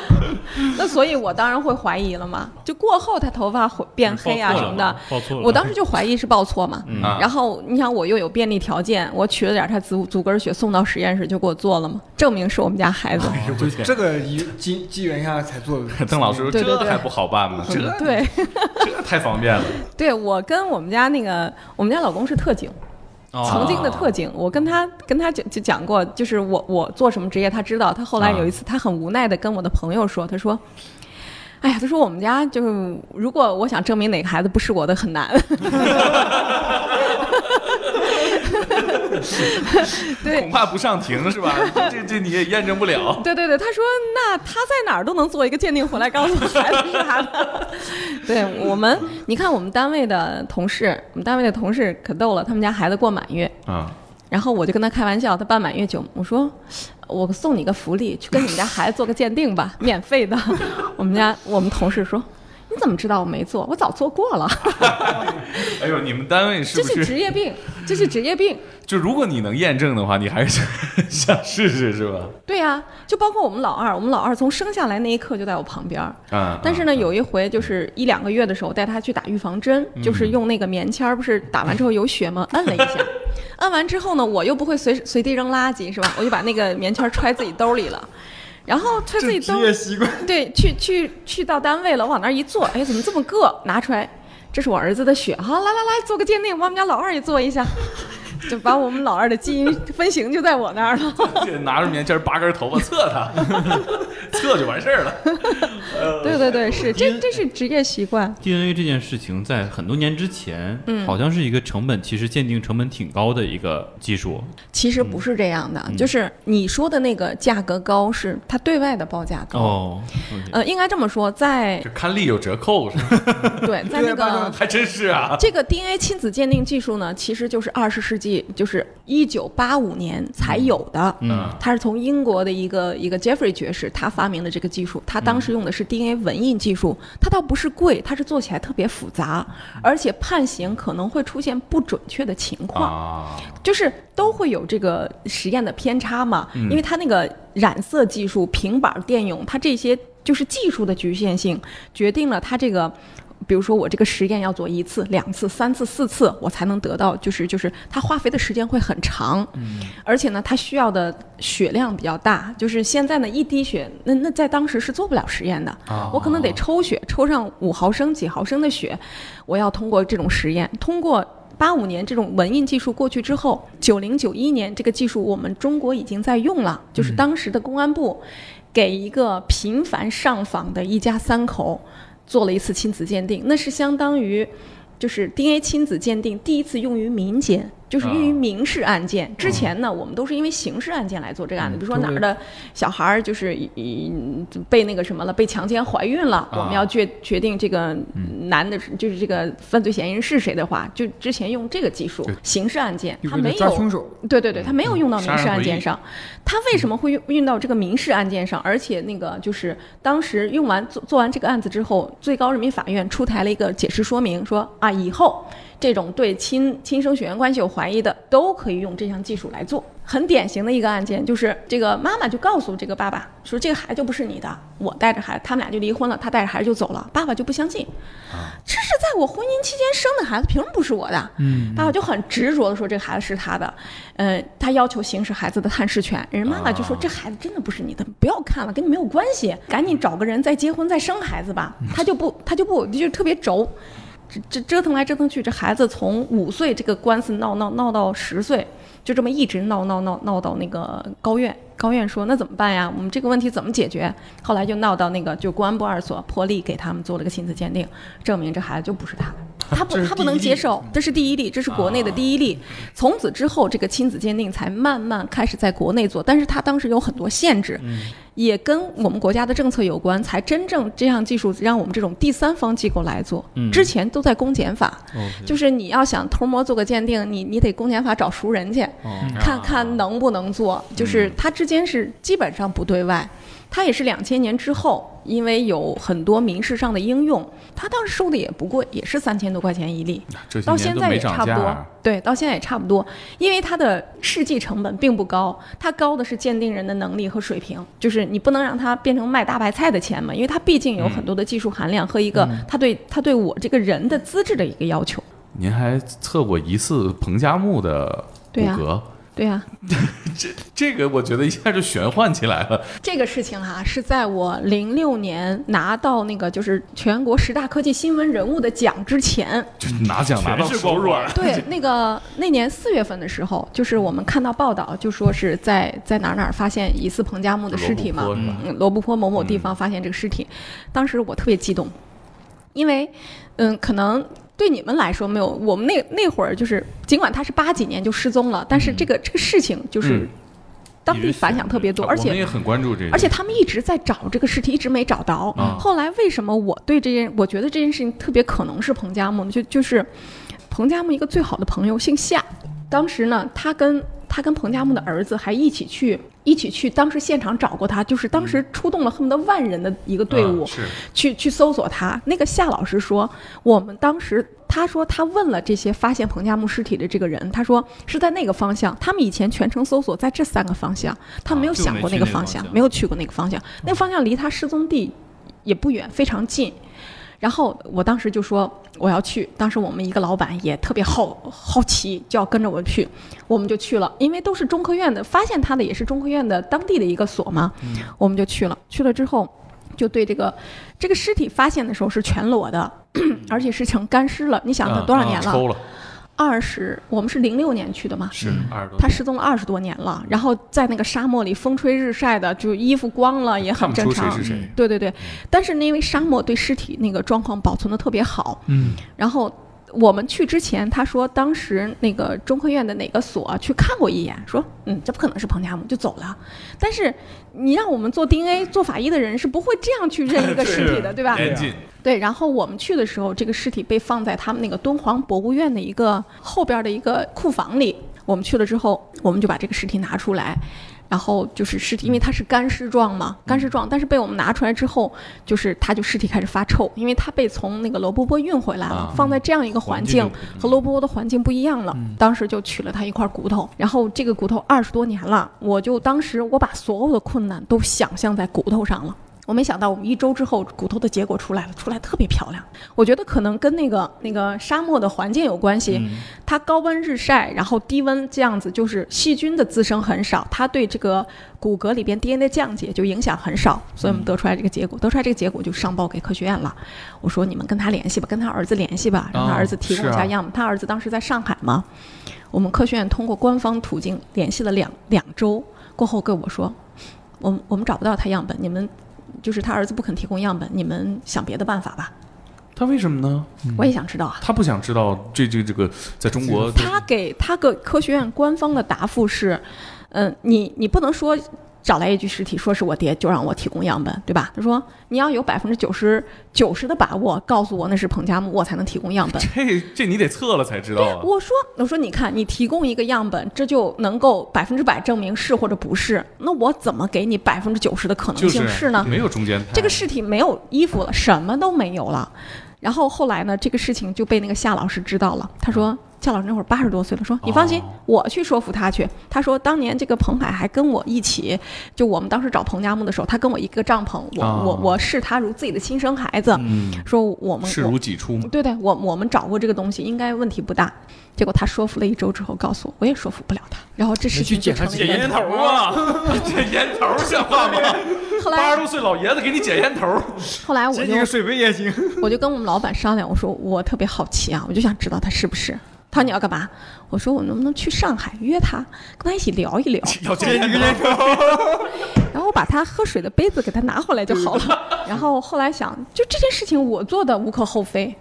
Speaker 2: 那所以，我当然会怀疑了嘛。就过后，他头发会变黑啊
Speaker 5: 报
Speaker 2: 什
Speaker 5: 错嗯了
Speaker 2: 么
Speaker 5: 嘛
Speaker 2: 的，
Speaker 5: 报错了。
Speaker 2: 我当时就怀疑是报错嘛。
Speaker 5: 嗯
Speaker 1: 啊
Speaker 2: 然后你想，我又有便利条件，我取了点他足足跟血送到实验室就给我做了嘛，证明是我们家孩子。
Speaker 4: 就这个一机机缘下才做 的。
Speaker 1: 邓老师说
Speaker 2: 对对
Speaker 1: 这
Speaker 2: 对
Speaker 1: 还不好办吗？这
Speaker 2: 对，
Speaker 1: 这太方便了。
Speaker 2: 对我跟我们家那个我们家老公是特警，
Speaker 5: 哦
Speaker 2: 曾经的特警，我跟他跟他讲就讲过，就是我我做什么职业，他知道。他后来有一次，他很无奈的跟我的朋友说，他说。哎呀，他说我们家就是，如果我想证明哪个孩子不是我的，很难。对，
Speaker 1: 恐怕不上庭是吧？这这你也验证不了。
Speaker 2: 对对对，他说那他在哪儿都能做一个鉴定回来告诉孩子是他的。 对我们，你看我们单位的同事，我们单位的同事可逗了，他们家孩子过满月，
Speaker 1: 啊，
Speaker 2: 然后我就跟他开玩笑，他办满月酒，我说我送你个福利，去跟你们家孩子做个鉴定吧，免费的。 我们家我们同事说。你怎么知道我没做？我早做过了，
Speaker 1: 哎呦，你们单位是
Speaker 2: 这
Speaker 1: 不
Speaker 2: 是
Speaker 1: 是？
Speaker 2: 职业病，这是职业病。
Speaker 1: 就如果你能验证的话，你 还是想 想试试是吧？
Speaker 2: 对呀、就包括我们老二，我们老二从生下来那一刻就在我旁边儿，
Speaker 1: 啊，
Speaker 2: 但是呢，
Speaker 1: 啊
Speaker 2: 有一回就是一两个月的时候，带他去打预防针，就是用那个棉签儿，不是打完之后有血吗？摁了一下，摁完之后呢，我又不会随随地扔垃圾，是吧？我就把那个棉签儿揣自己兜里了，然后揣自己兜，
Speaker 4: 习惯。
Speaker 2: 对，去去去到单位了，往那儿一坐，哎，怎么这么硌？拿出来，这是我儿子的血，好，来来来，做个鉴定，把我们家老二也做一下， 就把我们老二的基因分型就在我那儿了。
Speaker 1: 这嗯拿着棉签儿拔根头发测他， 测就完事儿了。
Speaker 2: 对对对，是这这是职业习惯。
Speaker 5: DNA 这件事情在很多年之前，
Speaker 2: 嗯
Speaker 5: 好像是一个成本，其实鉴定成本挺高的一个技术。
Speaker 2: 其实
Speaker 5: 嗯
Speaker 2: 不是这样的，就是你说的那个价格高是它对外的报价高。
Speaker 5: 哦，
Speaker 2: 呃，应该这么说， 在
Speaker 1: 这看力有折扣是吧？
Speaker 2: 对，在那
Speaker 4: 对外报
Speaker 2: 个
Speaker 4: 价
Speaker 1: 还真是啊。
Speaker 2: 这个 DNA 亲子鉴定技术呢，其实就是二十世纪，就是一九八五年才有的。
Speaker 5: 嗯
Speaker 2: 它是从英国的一个一个 Jeffrey 爵士他发明的这个技术，他当时用的
Speaker 5: 嗯
Speaker 2: 是 DNA 文印技术，它倒不是贵，它是做起来特别复杂，
Speaker 5: 嗯
Speaker 2: 而且判刑可能会出现不准确的情况。
Speaker 1: 啊，
Speaker 2: 就是都会有这个实验的偏差嘛，因为它那个染色技术、平板电泳，它这些就是技术的局限性，决定了它这个比如说我这个实验要做一次、两次、三次、四次，我才能得到，就是就是它花费的时间会很长，而且呢，它需要的血量比较大，就是现在呢一滴血，那那在当时是做不了实验的，
Speaker 5: 啊
Speaker 2: 我可能得抽血，抽上五毫升、几毫升的血，我要通过这种实验，通过。八五年这种文印技术过去之后，九零九一年这个技术我们中国已经在用了，就是当时的公安部给一个频繁上访的一家三口做了一次亲子鉴定，那是相当于就是 DNA 亲子鉴定第一次用于民间，就是用于民事案件。之前呢，我们都是因为刑事案件来做这个案子，比如说哪儿的小孩儿就是一一被那个什么了，被强奸怀孕了，
Speaker 4: 啊
Speaker 2: 我们要决决定这个男的是，就是这个犯罪嫌疑人是谁的话，就之前用这个技术
Speaker 1: 对，
Speaker 2: 刑事案件
Speaker 4: 就
Speaker 2: 它
Speaker 4: 为了
Speaker 2: 没
Speaker 4: 抓凶
Speaker 2: 有。
Speaker 4: 手，
Speaker 2: 对对对，他没有用到
Speaker 1: 嗯杀
Speaker 2: 民
Speaker 1: 人
Speaker 2: 事案
Speaker 1: 回
Speaker 2: 件
Speaker 1: 忆
Speaker 2: 上，他为什么会用用到这个民事案件上？而且那个就是当时用完做做完这个案子之后，最高人民法院出台了一个解释说明说，啊，以后这种对亲亲生血缘关系有怀疑的，都可以用这项技术来做。很典型的一个案件就是这个妈妈就告诉这个爸爸说，这个孩子就不是你的，我带着孩子，他们俩就离婚了，他带着孩子就走了，爸爸就不相信，
Speaker 1: 啊
Speaker 2: 这是在我婚姻期间生的孩子，凭什么不是我的？嗯，爸爸就很执着的说这个孩子是他的，呃，他要求行使孩子的探视权。人妈妈就说、这孩子真的不是你的，不要看了，跟你没有关系，赶紧找个人再结婚再生孩子吧。他就不，他就不，就特别轴。这这折腾来折腾去，这孩子从五岁这个官司闹闹闹到十岁，就这么一直闹闹闹闹到那个高院。高院说：“那怎么办呀？我们这个问题怎么解决？”后来就闹到那个，就公安部二所破例给他们做了个亲子鉴定，证明这孩子就不是 他的，他不
Speaker 4: 这是
Speaker 2: 他不
Speaker 4: 第一
Speaker 2: 能
Speaker 4: 例嗯啊
Speaker 2: 接受，这是第一例，这是国内的第一例。从此之后，这个亲子鉴定才慢慢开始在国内做，但是它当时有很多限制，
Speaker 4: 嗯
Speaker 2: 也跟我们国家的政策有关，才真正这项技术让我们这种第三方机构来做。
Speaker 5: 嗯
Speaker 2: 之前都在公检法，
Speaker 5: 哦
Speaker 2: 就是你要想偷摸做个鉴定，你你得公检法找熟人去，
Speaker 5: 哦
Speaker 2: 看看能不能做。就是它之间是基本上不对外，它也是两千年之后，因为有很多民事上的应用，它当时收的也不贵，也是三千多块钱一例。
Speaker 1: 这些
Speaker 2: 到
Speaker 1: 年
Speaker 2: 现
Speaker 1: 都
Speaker 2: 在
Speaker 1: 没
Speaker 2: 也
Speaker 1: 涨
Speaker 2: 差不
Speaker 1: 价
Speaker 2: 多
Speaker 1: 啊，，
Speaker 2: 对，到现在也差不多，因为它的试剂成本并不高，它高的是鉴定人的能力和水平，就是你不能让它变成卖大白菜的钱嘛，因为它毕竟有很
Speaker 1: 嗯
Speaker 2: 多的技术含量和一个它对它对我这个人的资质的一个要求。
Speaker 1: 您还测过一次彭加木的骨
Speaker 2: 对啊呀
Speaker 1: 骼，
Speaker 2: 对呀、
Speaker 1: 这个我觉得一下就玄幻起来了。
Speaker 2: 这个事情哈、是在我零六年拿到那个就是全国十大科技新闻人物的奖之前，
Speaker 1: 就拿奖拿到
Speaker 5: 全是
Speaker 1: 手
Speaker 5: 光
Speaker 1: 软
Speaker 5: 环，
Speaker 2: 对，那个那年四月份的时候，就是我们看到报道，就说是在在哪儿哪儿发现疑似彭加木的尸体嘛
Speaker 1: 罗布泊是吧，
Speaker 2: 嗯罗布泊某某地方发现这个尸体，当时我特别激动，因为，嗯，可能对你们来说没有，我们那那会儿就是，尽管他是八几年就失踪了，但是这个、这个事情就是
Speaker 1: 嗯
Speaker 2: 当地反响特别多，嗯而
Speaker 1: 我们
Speaker 2: 且
Speaker 1: 也很关注这个，
Speaker 2: 而且他们一直在找这个尸体，一直没找到。
Speaker 1: 啊
Speaker 2: 后来为什么我对这件，我觉得这件事情特别可能是彭加木呢？就就是彭加木一个最好的朋友姓夏，当时呢，他跟他跟彭加木的儿子还一起去一起去，当时现场找过他，就是当时出动了恨不得万人的一个队
Speaker 1: 嗯
Speaker 2: 伍，
Speaker 1: 啊是
Speaker 2: 去去搜索他。那个夏老师说，我们当时他说他问了这些发现彭加木尸体的这个人，他说是在那个方向，他们以前全程搜索在这三个方向，他没有
Speaker 5: 啊就
Speaker 2: 想
Speaker 5: 没
Speaker 2: 过
Speaker 5: 去
Speaker 2: 那个
Speaker 5: 那个
Speaker 2: 方
Speaker 5: 方
Speaker 2: 向，
Speaker 5: 向
Speaker 2: 没有去过那个方向，那个方向离他失踪地也不远，非常近。然后我当时就说我要去，当时我们一个老板也特别好好奇，就要跟着我去，我们就去了，因为都是中科院的，发现他的也是中科院的当地的一个所嘛，
Speaker 1: 嗯
Speaker 2: 我们就去了。去了之后，就对这个这个尸体发现的时候是全裸的， 而且是成干尸了。你想他
Speaker 1: 嗯
Speaker 2: 多少
Speaker 1: 嗯
Speaker 2: 年了？
Speaker 1: 抽了
Speaker 2: 二十，我们是零六年去的嘛，
Speaker 1: 是二十多
Speaker 2: 他失踪了二十多年了，然后在那个沙漠里风吹日晒的，就衣服光了也
Speaker 1: 看
Speaker 2: 很
Speaker 1: 不
Speaker 2: 正
Speaker 1: 出谁
Speaker 2: 常
Speaker 1: 是。谁，
Speaker 2: 对对对，但是呢因为沙漠对尸体那个状况保存的特别好，
Speaker 4: 嗯，
Speaker 2: 然后我们去之前，他说当时那个中科院的哪个所啊去看过一眼，说嗯，这不可能是彭加木，就走了。但是你让我们做 DNA 做法医的人是不会这样去认一个尸体的，对吧？
Speaker 1: 严谨
Speaker 5: 啊
Speaker 2: 对，然后我们去的时候，这个尸体被放在他们那个敦煌博物院的一个后边的一个库房里。我们去了之后，我们就把这个尸体拿出来，然后就是尸体，因为它是干尸状嘛，干尸状，但是被我们拿出来之后，就是它就尸体开始发臭，因为它被从那个罗布泊运回来了，
Speaker 1: 啊
Speaker 2: 放在这样一个环
Speaker 5: 环境
Speaker 2: 境
Speaker 5: 就不一样
Speaker 2: 和罗布泊的环境不一样了。当时就取了它一块骨头，然后这个骨头二十多年了，我就当时我把所有的困难都想象在骨头上了。我没想到我们一周之后骨头的结果出来了，出来特别漂亮。我觉得可能跟那个那个沙漠的环境有关系，
Speaker 4: 嗯
Speaker 2: 它高温日晒，然后低温这样子，就是细菌的滋生很少，它对这个骨骼里边 DNA 降解就影响很少，所以我们得出来这个结
Speaker 4: 嗯
Speaker 2: 果，得出来这个结果就上报给科学院了。我说你们跟他联系吧，跟他儿子联系吧，让他
Speaker 5: 哦
Speaker 2: 儿子提供一
Speaker 4: 哦是啊
Speaker 2: 下样本。他儿子当时在上海嘛，我们科学院通过官方途径联系了两两周，过后跟我说，我们我们找不到他样本，你们就是他儿子不肯提供样本，你们想别的办法吧。
Speaker 1: 他为什么呢？
Speaker 2: 我也想知道啊。
Speaker 1: 他不想知道这这这个在中国
Speaker 2: 他给他个科学院官方的答复是，嗯、你你不能说找来一具尸体说是我爹，就让我提供样本，对吧？他说你要有百分之九十九十的把握，告诉我那是彭加木，我才能提供 样本。
Speaker 1: 这这你得测了才知道啊。
Speaker 2: 我说，我说，你看，你提供一个样本，这就能够百分之百证明是或者不是。那我怎么给你百分之九十的可能
Speaker 1: 就是
Speaker 2: 性是呢？
Speaker 1: 没有中间态。
Speaker 2: 这个尸体没有衣服了，什么都没有了。然后后来呢，这个事情就被那个夏老师知道了。
Speaker 1: 嗯
Speaker 2: 他说，夏老师那会儿八十多岁了，
Speaker 1: 哦
Speaker 2: 说你放心，我去说服他去。他说，当年这个彭海还跟我一起，就我们当时找彭家木的时候，他跟我一个帐篷，我、
Speaker 1: 哦
Speaker 2: 我我视他如自己的亲生孩子。
Speaker 1: 嗯，
Speaker 2: 说我们
Speaker 1: 视
Speaker 2: 我
Speaker 1: 如己出嘛。
Speaker 2: 对对，我我们找过这个东西，应该问题不大。结果他说服了一周之后，告诉我，我也说服不了他。然后这事
Speaker 4: 没去
Speaker 2: 情就
Speaker 4: 检查
Speaker 2: 成了
Speaker 4: 检
Speaker 2: 一个
Speaker 4: 验
Speaker 1: 头 啊，这烟头像话吗？
Speaker 2: 后来，
Speaker 1: 多岁老爷子给你剪烟头，
Speaker 2: 后来我就
Speaker 4: 水杯也 行。
Speaker 2: 我就跟我们老板商量，我说我特别好奇啊，我就想知道他是不是。他说你要干嘛？我说我能不能去上海约他，跟他一起聊一聊，
Speaker 1: 要剪烟头。
Speaker 2: 然后把他喝水的杯子给他拿回来就好了。然后后来想，就这件事情我做的无可厚非，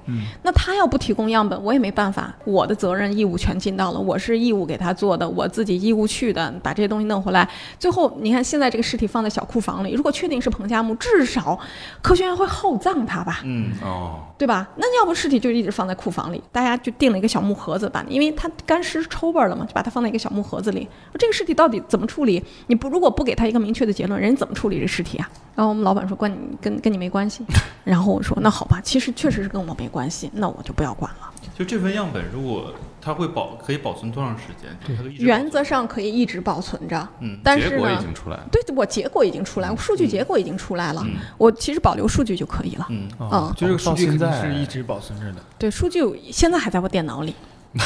Speaker 2: 那他要不提供样本，我也没办法，我的责任义务全尽到了，我是义务给他做的，我自己义务去的，把这些东西弄回来。最后你看，现在这个尸体放在小库房里，如果确定是彭加木，至少科学院会厚葬他吧，
Speaker 5: 嗯，
Speaker 1: 哦，
Speaker 2: 对吧？那要不尸体就一直放在库房里，大家就定了一个小木盒子吧，因为它干尸抽味儿了嘛，就把它放在一个小木盒子里。这个尸体到底怎么处理？你不如果不给他一个明确的结论，人家怎么处理这尸体啊？然后我们老板说关你跟跟你没关 系，然后我说那好吧，其实确实是跟我没关系，那我就不要管了。
Speaker 5: 就这份样本，如果它会保可以保存多长时间？它可以一直保
Speaker 2: 原
Speaker 5: 存
Speaker 2: 则上可以一直保存着，
Speaker 5: 嗯
Speaker 2: 但
Speaker 1: 结
Speaker 2: 是
Speaker 1: 果已
Speaker 2: 呢，
Speaker 1: 经出来了。
Speaker 2: 对我结果已经出来，我数据结果已经出来了，
Speaker 5: 嗯
Speaker 2: 我其实保留数据就可以了。
Speaker 5: 嗯，
Speaker 4: 啊，
Speaker 2: 嗯
Speaker 4: 就这个数据肯
Speaker 1: 到
Speaker 4: 定
Speaker 1: 现在
Speaker 4: 是一直保存着的。
Speaker 2: 对，数据现在还在我电脑里。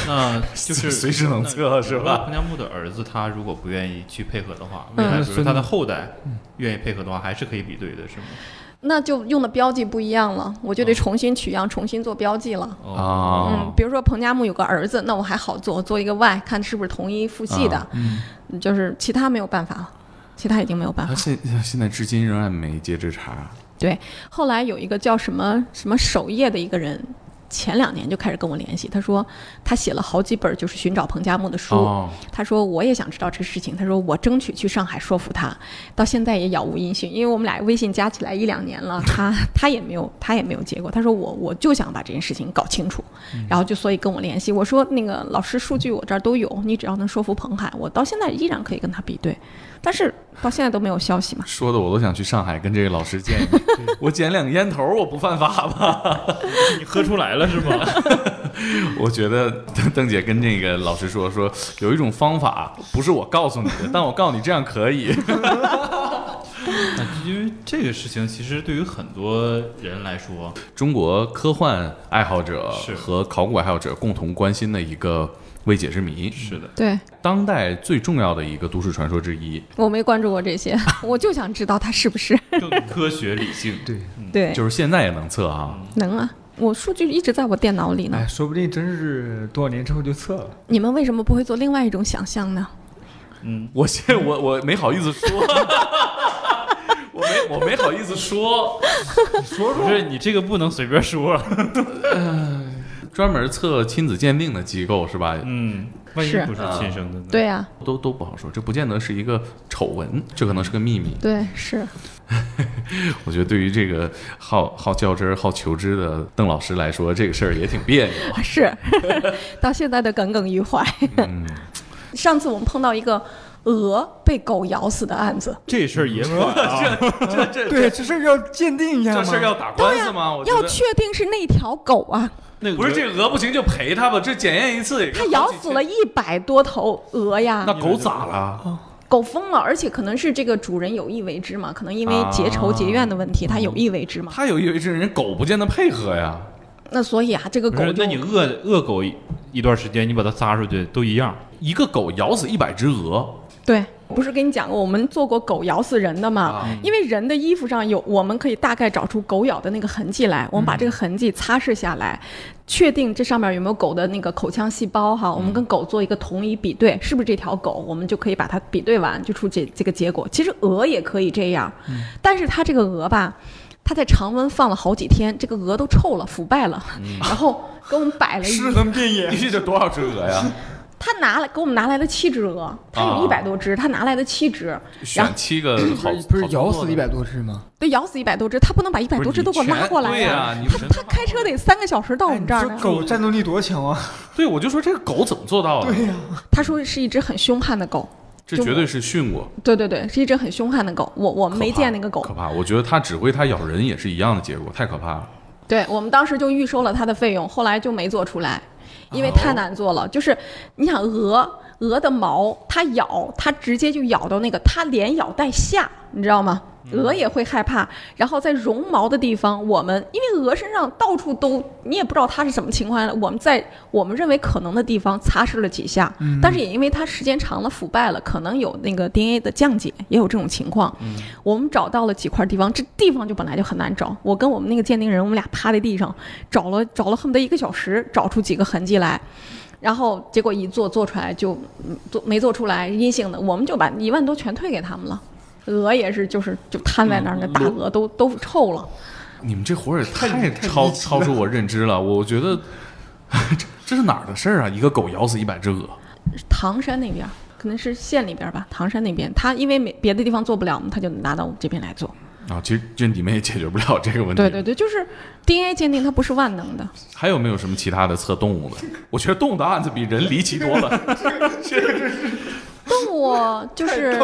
Speaker 5: 那就是
Speaker 1: 随时能测是吧
Speaker 5: 彭加木的儿子他如果不愿意去配合的话，未
Speaker 2: 嗯
Speaker 5: 来比如说他的后代愿意配合的话，还是可以比对的，是吗？
Speaker 2: 那就用的标记不一样了，我就得重新取样，重新做标记了。
Speaker 5: 哦，
Speaker 2: 嗯
Speaker 1: 啊，，
Speaker 2: 比如说彭加木有个儿子，那我还好做，做一个 Y，看是不是同一父系的
Speaker 1: 啊。
Speaker 4: 嗯
Speaker 2: 就是其他没有办法了，其他已经没
Speaker 5: 啊
Speaker 2: 有办
Speaker 1: 他
Speaker 2: 法。
Speaker 1: 现现在至今仍然没接这茬。
Speaker 2: 对，后来有一个叫什么什么守夜的一个人，前两年就开始跟我联系，他说他写了好几本就是寻找彭加木的书。
Speaker 1: 哦，
Speaker 2: 他说我也想知道这个事情，他说我争取去上海说服他，到现在也杳无音讯，因为我们俩微信加起来一两年了，他他也没有他也没有结果。他说我我就想把这件事情搞清楚，然后就所以跟我联系，我说那个老师数据我这儿都有，你只要能说服彭海，我到现在依然可以跟他比对，但是到现在都没有消息嘛。
Speaker 1: 说的我都想去上海跟这个老师见一面。 我捡两个烟头，我不犯法吧？
Speaker 5: 你喝出来了是吗？
Speaker 1: 我觉得邓邓姐跟那个老师说说，有一种方法不是我告诉你的，但我告诉你这样可以。
Speaker 5: 那因为这个事情，其实对于很多人来 说，
Speaker 1: 中国科幻爱好者
Speaker 5: 是
Speaker 1: 和考古爱好者共同关心的一个未解之谜，
Speaker 5: 是的，
Speaker 2: 对
Speaker 1: 当代最重要的一个都市传说之一，
Speaker 2: 我没关注过这些， 我就想知道他是不是
Speaker 5: 嗯更科学理 性。
Speaker 4: 对，
Speaker 2: 对
Speaker 1: 就是现在也能测啊。
Speaker 2: 能啊。我数据一直在我电脑里呢。
Speaker 4: 哎，说不定真是多少年之后就测了。
Speaker 2: 你们为什么不会做另外一种想象呢？
Speaker 5: 嗯，
Speaker 1: 我现我我没好意思说， 我没我没好意思说，
Speaker 5: 不是你这个不能随便说。
Speaker 1: 专门测亲子鉴定的机构是吧？
Speaker 5: 嗯，万一
Speaker 2: 是
Speaker 5: 不是亲生的呢？
Speaker 2: 对啊呀、
Speaker 1: 都都不好说，这不见得是一个丑闻，这可能是个秘密。
Speaker 2: 对，是。
Speaker 1: 我觉得对于这个好好较真儿、好求知的邓老师来说，这个事儿也挺别扭。啊
Speaker 2: 是，到现在的耿耿于怀。
Speaker 1: 嗯
Speaker 2: 上次我们碰到一个鹅被狗咬死的案子，
Speaker 5: 这事儿也管啊。
Speaker 1: 这这
Speaker 4: 对，这事儿要鉴定一下
Speaker 1: 这
Speaker 4: 吗？
Speaker 1: 事儿要打官司吗？我觉
Speaker 2: 要
Speaker 1: 得
Speaker 2: 确定是那条狗啊，
Speaker 5: 那个
Speaker 1: 不是这鹅不行就赔他吧，这检验一次也
Speaker 2: 它咬死了一百多头鹅呀
Speaker 1: 那。狗咋了？
Speaker 2: 狗疯了，而且可能是这个主人有意为之嘛，可能因为结
Speaker 1: 啊
Speaker 2: 仇结怨的问题，他有意为之嘛。
Speaker 1: 他有意为之，人狗不见得配合呀。
Speaker 2: 那所以啊，这个
Speaker 5: 不
Speaker 2: 狗
Speaker 5: 是，
Speaker 2: 就
Speaker 5: 那你饿饿狗一一段时间，你把它撒出去都一样。
Speaker 1: 一个狗咬死一百只 鹅，
Speaker 2: 对，不是跟你讲过我们做过狗咬死人的吗？因为人的衣服上有，我们可以大概找出狗咬的那个痕迹来，我们把这个痕迹擦拭下来，确定这上面有没有狗的那个口腔细胞哈，我们跟狗做一个同一比对，是不是这条狗，我们就可以把它比对完，就出这这个结果。其实鹅也可以这样，但是它这个鹅吧。它在常温放了好几天，这个鹅都臭了、腐败了， 然后给我们摆了一
Speaker 4: 尸横遍野
Speaker 1: 必。须得多少只 鹅呀？
Speaker 2: 他拿来给我们拿来的七只鹅，他有一百多只，他拿来的七只，然后
Speaker 1: 选七个好，
Speaker 4: 不是
Speaker 1: 好
Speaker 4: 咬
Speaker 1: 做
Speaker 4: 死
Speaker 1: 的
Speaker 4: 一百多只吗？
Speaker 2: 对咬死一百多只，他不能把一百多只都给我拉过来
Speaker 1: 不是你全对呀你
Speaker 2: 他
Speaker 1: 全
Speaker 2: 他开车得三个小时到我
Speaker 4: 哎
Speaker 2: 们
Speaker 4: 你
Speaker 2: 这儿
Speaker 4: 说
Speaker 2: 呢。
Speaker 4: 狗战斗力多强啊！
Speaker 1: 对，我就说这个狗怎么做到的？
Speaker 4: 对呀，
Speaker 2: 他说是一只很凶悍的狗，
Speaker 1: 这绝对是训过。
Speaker 2: 对对对，是一只很凶悍的狗。我我们没
Speaker 1: 可怕
Speaker 2: 见那个狗
Speaker 1: 可，怕。我觉得它指挥它咬人也是一样的结果，太可怕了。
Speaker 2: 对我们当时就预收了它的费用，后来就没做出来，因为太难做了。就是你想鹅，鹅的毛它咬，它直接就咬到那个，它连咬带吓，你知道吗？鹅也会害怕，然后在绒毛的地方，我们因为鹅身上到处都，你也不知道它是什么情况，我们在我们认为可能的地方擦拭了几下，但是也因为它时间长了腐败了，可能有那个 DNA 的降解，也有这种情况。我们找到了几块地方，这地方就本来就很难找。我跟我们那个鉴定人，我们俩趴在地上找了找了恨不得一个小时，找出几个痕迹来。然后结果一做做出来就嗯做没做出来阴性的，我们就把一万多全退给他们了。鹅也是，就是就摊在那儿，那大鹅都都臭了。
Speaker 1: 你们这活儿也 太超超出我认知了。我觉得 这这是哪儿的事儿啊？一个狗咬死一百只鹅，
Speaker 2: 唐山那边儿可能是县里边儿吧，唐山那边他因为没别的地方做不了嘛，他就拿到我们这边来做。
Speaker 1: 啊，其实这你们也解决不了这个问题。
Speaker 2: 对对对，就是 DNA 鉴定它不是万能的。
Speaker 1: 还有没有什么其他的测动物的？我觉得动物的案子比人离奇多 了。
Speaker 2: 动物就是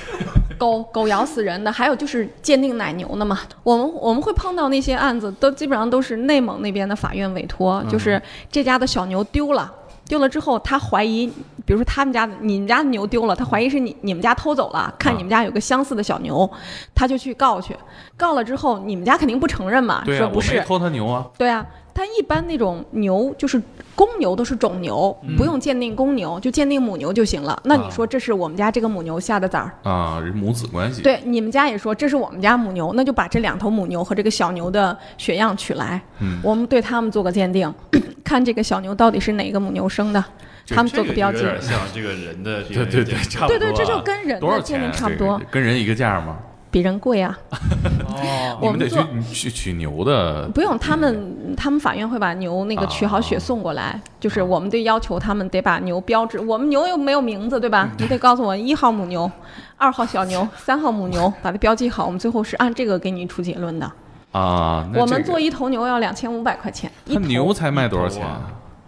Speaker 2: 狗狗咬死人的，还有就是鉴定奶牛的嘛。我们我们会碰到那些案子，都基本上都是内蒙那边的法院委托，
Speaker 1: 嗯
Speaker 2: 就是这家的小牛丢了。丢了之后，他怀疑，比如说他们家的、你们家的牛丢了，他怀疑是你你们家偷走了，
Speaker 1: 嗯
Speaker 2: 看你们家有个相似的小牛，他就去告去。告了之后，你们家肯定不承认嘛，
Speaker 1: 对
Speaker 2: 说
Speaker 1: 啊，
Speaker 2: 不
Speaker 1: 我
Speaker 2: 是
Speaker 1: 没，偷它牛啊。
Speaker 2: 对啊，它一般那种牛就是公牛都是种牛，
Speaker 1: 嗯
Speaker 2: 不用鉴定公牛，就鉴定母牛就行了。那你说这是我们家这个母牛下的崽儿？
Speaker 1: 啊，人母子关系。
Speaker 2: 对，你们家也说这是我们家母牛，那就把这两头母牛和这个小牛的血样取来，
Speaker 1: 嗯
Speaker 2: 我们对它们做个鉴定， 看这个小牛到底是哪个母牛生的，他们做个标记。
Speaker 5: 像这个人的
Speaker 1: 对对对，差不多
Speaker 2: 对
Speaker 1: 啊。
Speaker 2: 对，这就跟人
Speaker 1: 多少
Speaker 2: 的
Speaker 1: 钱
Speaker 2: 鉴
Speaker 1: 啊？
Speaker 2: 定差不
Speaker 1: 这个
Speaker 2: 多，
Speaker 1: 跟人一个价吗？
Speaker 2: 比人贵啊。
Speaker 1: 你
Speaker 2: 我
Speaker 1: 们得去
Speaker 2: 们做
Speaker 1: 你去取牛的。
Speaker 2: 不用，他们他们法院会把牛那个取好血送过来，就是我们对要求他们得把牛标志，我们牛又没有名字，对吧？你得告诉我一号母牛、二号小牛、三号母牛，把它标记好，我们最后是按这个给你出结论的。
Speaker 1: 啊，那
Speaker 2: 我
Speaker 1: 这
Speaker 2: 们
Speaker 1: 个
Speaker 2: 做一头牛要两千五百块钱，一
Speaker 1: 它
Speaker 2: 头
Speaker 1: 牛才卖多少
Speaker 5: 头
Speaker 1: 钱
Speaker 5: 啊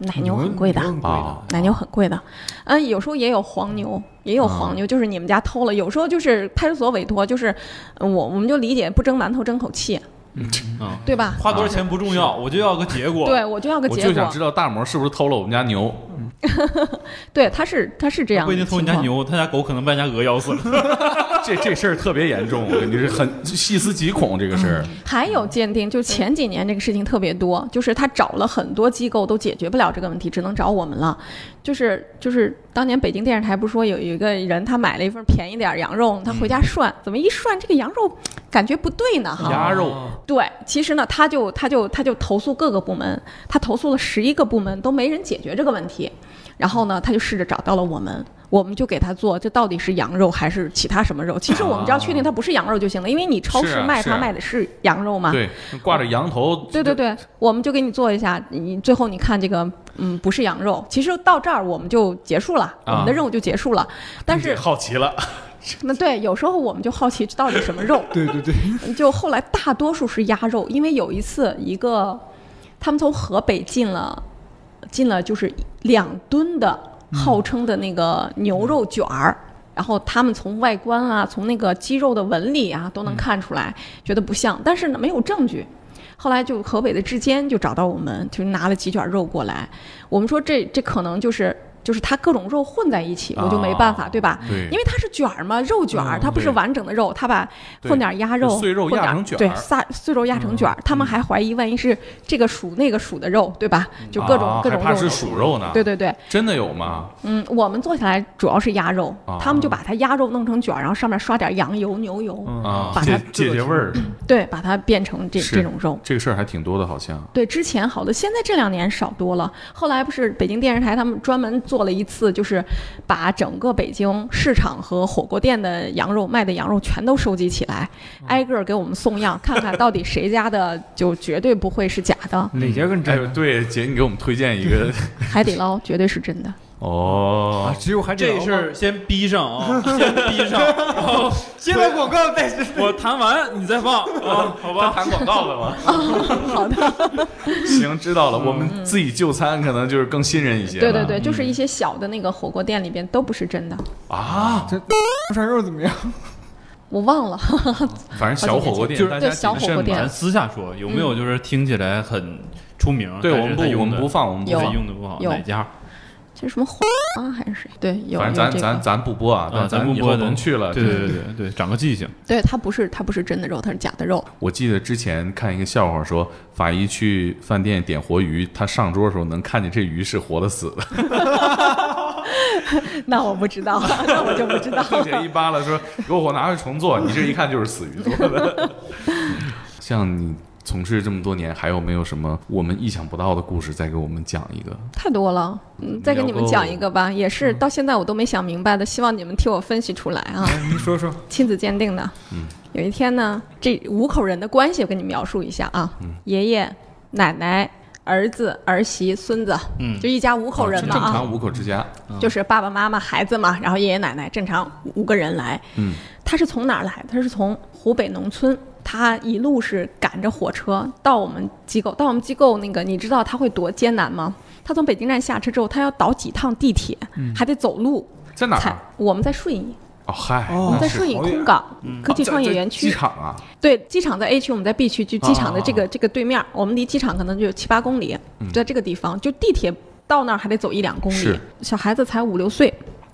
Speaker 2: 奶牛哎很贵的
Speaker 4: 牛。很贵
Speaker 1: 啊
Speaker 4: 的，？
Speaker 2: 奶牛很贵的，嗯，有时候也有黄牛，也有黄牛，就是你们家偷了。有时候就是派出所委托，就是嗯我我们就理解不争馒头争口气，
Speaker 5: 啊，
Speaker 2: 对吧？
Speaker 5: 花多少钱不重要，我就要个结果。
Speaker 2: 嗯对，我就要个
Speaker 1: 我
Speaker 2: 结
Speaker 1: 就
Speaker 2: 果
Speaker 1: 想知。道大魔是不是偷了我们家 牛？
Speaker 2: 对，他是他是这样
Speaker 5: 不
Speaker 2: 的
Speaker 5: 一
Speaker 2: 情
Speaker 5: 定
Speaker 2: 况。
Speaker 5: 偷你家牛，他家狗可能把你家鹅咬死了。
Speaker 1: 这这事儿特别严重，我跟你是很细思极恐这个事儿。
Speaker 2: 还有鉴定，就前几年这个事情特别多，就是他找了很多机构都解决不了这个问题，只能找我们了。就是就是当年北京电视台不是说有有一个人他买了一份便宜点儿羊肉，他回家涮，怎么一涮这个羊肉感觉不对呢？哈，
Speaker 1: 鸭肉
Speaker 2: 嗯对，其实呢，他就他就他就投诉各个部门，他投诉了十一个部门都没人解决这个问题，然后呢，他就试着找到了我们，我们就给他做，这到底是羊肉还是其他什么肉？其实我们只要确定它不是羊肉就行了，因为你超
Speaker 1: 是
Speaker 2: 市
Speaker 1: 啊
Speaker 2: 卖
Speaker 1: 是啊
Speaker 2: 它卖的是羊肉嘛。
Speaker 1: 对，挂着羊头，
Speaker 2: 啊对对对，我们就给你做一下，你最后你看这个，嗯，不是羊肉。其实到这儿我们就结束了，我们的任务就结束了。但啊是
Speaker 1: 好奇了，
Speaker 2: 那对，有时候我们就好奇这到底什么肉，
Speaker 4: 对对对，
Speaker 2: 就后来大多数是鸭肉，因为有一次一个他们从河北进了进了就是两吨的号称的那个牛肉卷儿。然后他们从外观啊，从那个肌肉的纹理啊，都能看出来，觉得不像，但是呢没有证据。后来就河北的质监就找到我们，就拿了几卷肉过来。我们说这这可能就是就是它各种肉混在一起，我就没办法，对吧？
Speaker 1: 对嗯
Speaker 2: 因为它是卷儿嘛，肉卷儿，它不是
Speaker 1: 对
Speaker 2: 完整的肉，它把混点鸭肉、
Speaker 1: 就碎肉
Speaker 2: 混点
Speaker 1: 压成卷儿嗯
Speaker 2: 对，撒碎肉压成卷儿。他们还怀疑，万一是这个属那个属的肉，对吧？就各种
Speaker 1: 啊
Speaker 2: 各种
Speaker 1: 还怕啊是
Speaker 2: 肉。
Speaker 1: 鼠肉呢？
Speaker 2: 对，对对，
Speaker 1: 真的有吗？
Speaker 2: 嗯，我们做起来主要是鸭肉
Speaker 1: 啊，
Speaker 2: 他们就把它鸭肉弄成卷儿，然后上面刷点羊油、牛油，
Speaker 4: 嗯
Speaker 1: 啊
Speaker 2: 把，它嗯
Speaker 1: 解解解味儿，
Speaker 2: 对，把它变成这
Speaker 1: 是
Speaker 2: 这种肉。
Speaker 1: 这个事儿还挺多的，好像。
Speaker 2: 对，之前好多，现在这两年少多了。后来不是北京电视台他们专门做了一次，就是把整个北京市场和火锅店的羊肉卖的羊肉全都收集起来，
Speaker 1: 嗯
Speaker 2: 挨个儿给我们送样，看看到底谁家的就绝对不会是假的，
Speaker 4: 哪家更
Speaker 1: 哎
Speaker 4: 真
Speaker 1: 呦，
Speaker 4: 啊？
Speaker 1: 对，姐，你给我们推荐一 个
Speaker 2: 海底捞绝对是 真的。
Speaker 1: 哦
Speaker 4: 啊，，只有海底
Speaker 5: 这
Speaker 4: 捞
Speaker 5: 事儿先逼上啊，先逼上，然后
Speaker 4: 接了广告再
Speaker 5: 我弹完你再放啊，好吧？
Speaker 1: 谈广告的吗？
Speaker 2: 好的，
Speaker 1: 行，知道了。我们自己就餐可能就是更信任一些。
Speaker 2: 嗯对对对，
Speaker 1: 嗯
Speaker 2: 就是一些小的那个火锅店里边都不是真的，
Speaker 1: 啊，
Speaker 4: 这涮肉怎么样？
Speaker 2: 我忘了。
Speaker 1: 反正小火锅店，
Speaker 5: 就是
Speaker 1: 大
Speaker 2: 对
Speaker 1: 家
Speaker 2: 小
Speaker 1: 谨慎
Speaker 2: 火锅店
Speaker 1: 吧
Speaker 5: 咱私下说，有没
Speaker 2: 嗯
Speaker 5: 有就是听起来很出名？
Speaker 1: 对
Speaker 5: 但
Speaker 1: 我
Speaker 5: 是
Speaker 1: 们
Speaker 5: 他
Speaker 1: 不，我
Speaker 5: 用
Speaker 1: 们
Speaker 5: 的
Speaker 1: 不放，我们不
Speaker 2: 有
Speaker 5: 他
Speaker 1: 放。
Speaker 5: 用的不好
Speaker 2: 有
Speaker 5: 哪家？
Speaker 2: 这是什么黄啊还是谁？对，有
Speaker 1: 反正
Speaker 2: 有
Speaker 1: 咱
Speaker 2: 这
Speaker 1: 咱
Speaker 2: 个。
Speaker 1: 咱不播啊，
Speaker 5: 啊，
Speaker 1: 咱
Speaker 5: 不
Speaker 1: 以
Speaker 5: 播
Speaker 1: 后
Speaker 5: 的
Speaker 1: 甭去了。
Speaker 5: 对对对对对，长个记性。
Speaker 2: 对，它不是它不是真的肉，它是假的肉。
Speaker 1: 我记得之前看一个笑话说，法医去饭店点活鱼，他上桌的时候能看见这鱼是活的死的，
Speaker 2: 那我不知道， 那我就 不知道
Speaker 1: 并且一扒拉说给我拿回重做，你这一看就是死鱼做的。 像你从事这么多年，还有没有什么我们意想不到的故事再给我们讲一个？
Speaker 2: 太多了，嗯，再给你们讲一个吧，也是到现在我都没想明白的，希望你们替我分析出来啊。
Speaker 4: 您哎说说，
Speaker 2: 亲子鉴定的，有一天呢，这五口人的关系我跟你描述一下啊，爷爷、奶奶、儿子、儿媳、孙子，
Speaker 5: 嗯
Speaker 2: 就一家五口人嘛
Speaker 1: 正
Speaker 2: 啊，
Speaker 1: 常五口之家，
Speaker 2: 就是爸爸妈妈、孩子嘛，然后爷爷奶奶，正常五个人来。
Speaker 1: 嗯，
Speaker 2: 他是从哪儿来的？他是从湖北农村，他一路是赶着火车到我们机构，到我们机构那个，你知道他会多艰难吗？他从北京站下车之后，他要倒几趟地铁，还得走路。
Speaker 1: 在哪
Speaker 2: 才
Speaker 1: 儿？
Speaker 2: 我们在顺义，
Speaker 1: 哦，嗨，
Speaker 4: 哦
Speaker 2: 我们在
Speaker 1: 那是
Speaker 2: 顺义
Speaker 4: 好远
Speaker 2: 空港科技
Speaker 1: 啊在
Speaker 2: 创业
Speaker 1: 在
Speaker 2: 园区。
Speaker 1: 机场啊，
Speaker 2: 对，机场在 A 区，我们在 B 区，就机场的这个、
Speaker 1: 啊
Speaker 2: 这个对面儿，我们离机场可能就有七八公里，就在这个地方，就地铁到那儿还得走一两公里
Speaker 1: 是。
Speaker 2: 小孩子才五六岁，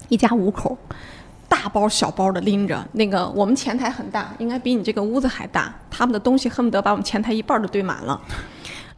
Speaker 2: 一家五口，大包小包的拎着。那个我们前台很大，应该比你这个屋子还大，他们的东西恨不得把我们前台一半儿都堆满了。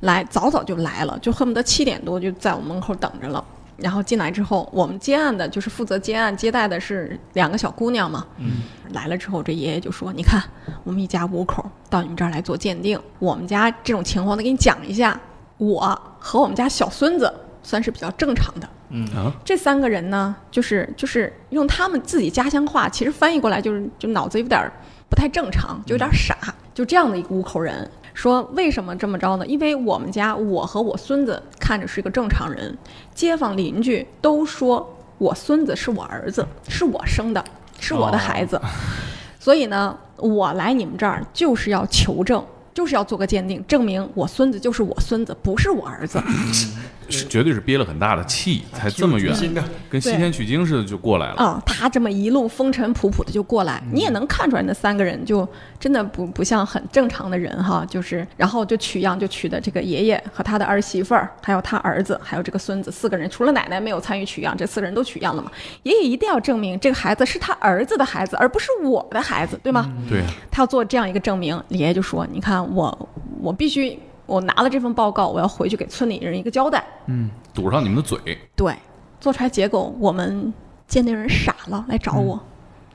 Speaker 2: 来，早早就来了，就恨不得七点多就在我们门口等着了。然后进来之后，我们接案的就是负责接案接待的是两个小姑娘嘛。嗯，来了之后，这爷爷就说：“你看，我们一家五口到你们这儿来做鉴定，我们家这种情况得给你讲一下。我和我们家小孙子算是比较正常的。
Speaker 1: 啊，
Speaker 2: 这三个人呢，就是就是用他们自己家乡话，其实翻译过来就是就脑子有点儿不太正常，就有点傻，就这样的一个五口人。说为什么这么着呢？因为我们家我和我孙子看着是个正常人，街坊邻居都说我孙子是我儿子，是我生的，是我的孩子。 所以呢，我来你们这儿就是要求证，就是要做个鉴定，证明我孙子就是我孙子，不是我儿子。
Speaker 1: 是绝对是憋了很大的气，才这么远，
Speaker 4: 挺有决心的
Speaker 1: 跟西天取经似的就过来了。
Speaker 2: 啊、他这么一路风尘仆仆的就过来，你也能看出来那三个人就真的不不像很正常的人哈，就是然后就取样就取的这个爷爷和他的儿媳妇儿，还有他儿子，还有这个孙子四个人，除了奶奶没有参与取样，这四个人都取样了嘛。爷爷一定要证明这个孩子是他儿子的孩子，而不是我的孩子，对吗？
Speaker 1: 对，啊
Speaker 2: 他要做这样一个证明，李爷就说：“你看我，我必须，我拿了这份报告，我要回去给村里人一个交代。
Speaker 1: 堵上你们的嘴，
Speaker 2: 对，做出来结果，我们鉴定人傻了，来找我。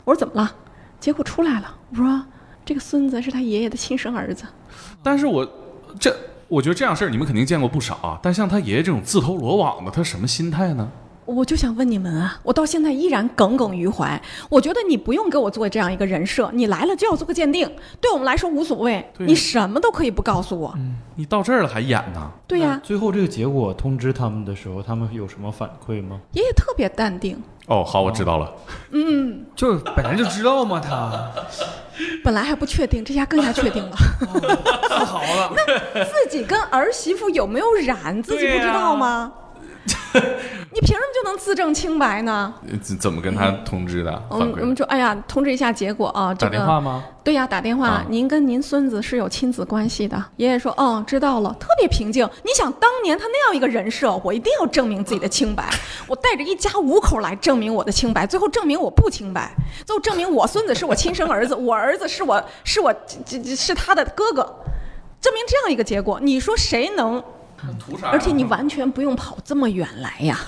Speaker 2: 我说怎么了？结果出来了，我说这个孙子是他爷爷的亲生儿子。
Speaker 1: 但是我这。我觉得这样事儿你们肯定见过不少啊，但像他爷爷这种自投罗网的，他什么心态呢？
Speaker 2: 我就想问你们啊，我到现在依然耿耿于怀。我觉得你不用给我做这样一个人设，你来了就要做个鉴定，对我们来说无所谓，
Speaker 1: 对
Speaker 2: 你什么都可以不告诉我。
Speaker 1: 你到这儿了还演呢？
Speaker 2: 对呀、
Speaker 5: 最后这个结果通知他们的时候，他们有什么反 馈吗？
Speaker 2: 爷爷特别淡定，
Speaker 1: 哦，好，我知道了。
Speaker 4: 就本来就知道嘛，他
Speaker 2: 本来还不确定，这下更加确定了。
Speaker 4: 自豪了。
Speaker 2: 自己跟儿媳妇有没有染，自己不知道吗？你凭什么就能自证清白呢？
Speaker 1: 呃怎怎么跟他通知的？
Speaker 2: 我
Speaker 1: 反
Speaker 2: 们
Speaker 1: 馈
Speaker 2: 我们说，哎呀，通知一下结果啊，这
Speaker 1: 打
Speaker 2: 个
Speaker 1: 电话吗？
Speaker 2: 对呀，打电话，
Speaker 1: 啊
Speaker 2: 您跟您孙子是有亲子关系的。爷爷说，哦，知道了，特别平静。你想当年他那样一个人设，我一定要证明自己的清白，我带着一家五口来证明我的清白，最后证明我不清白，最后证明我孙子是我亲生儿子，我儿子是我是我这这是他的哥哥，证明这样一个结果，你说谁能？
Speaker 1: 图啥
Speaker 2: 而且你完全不用跑这么远来呀。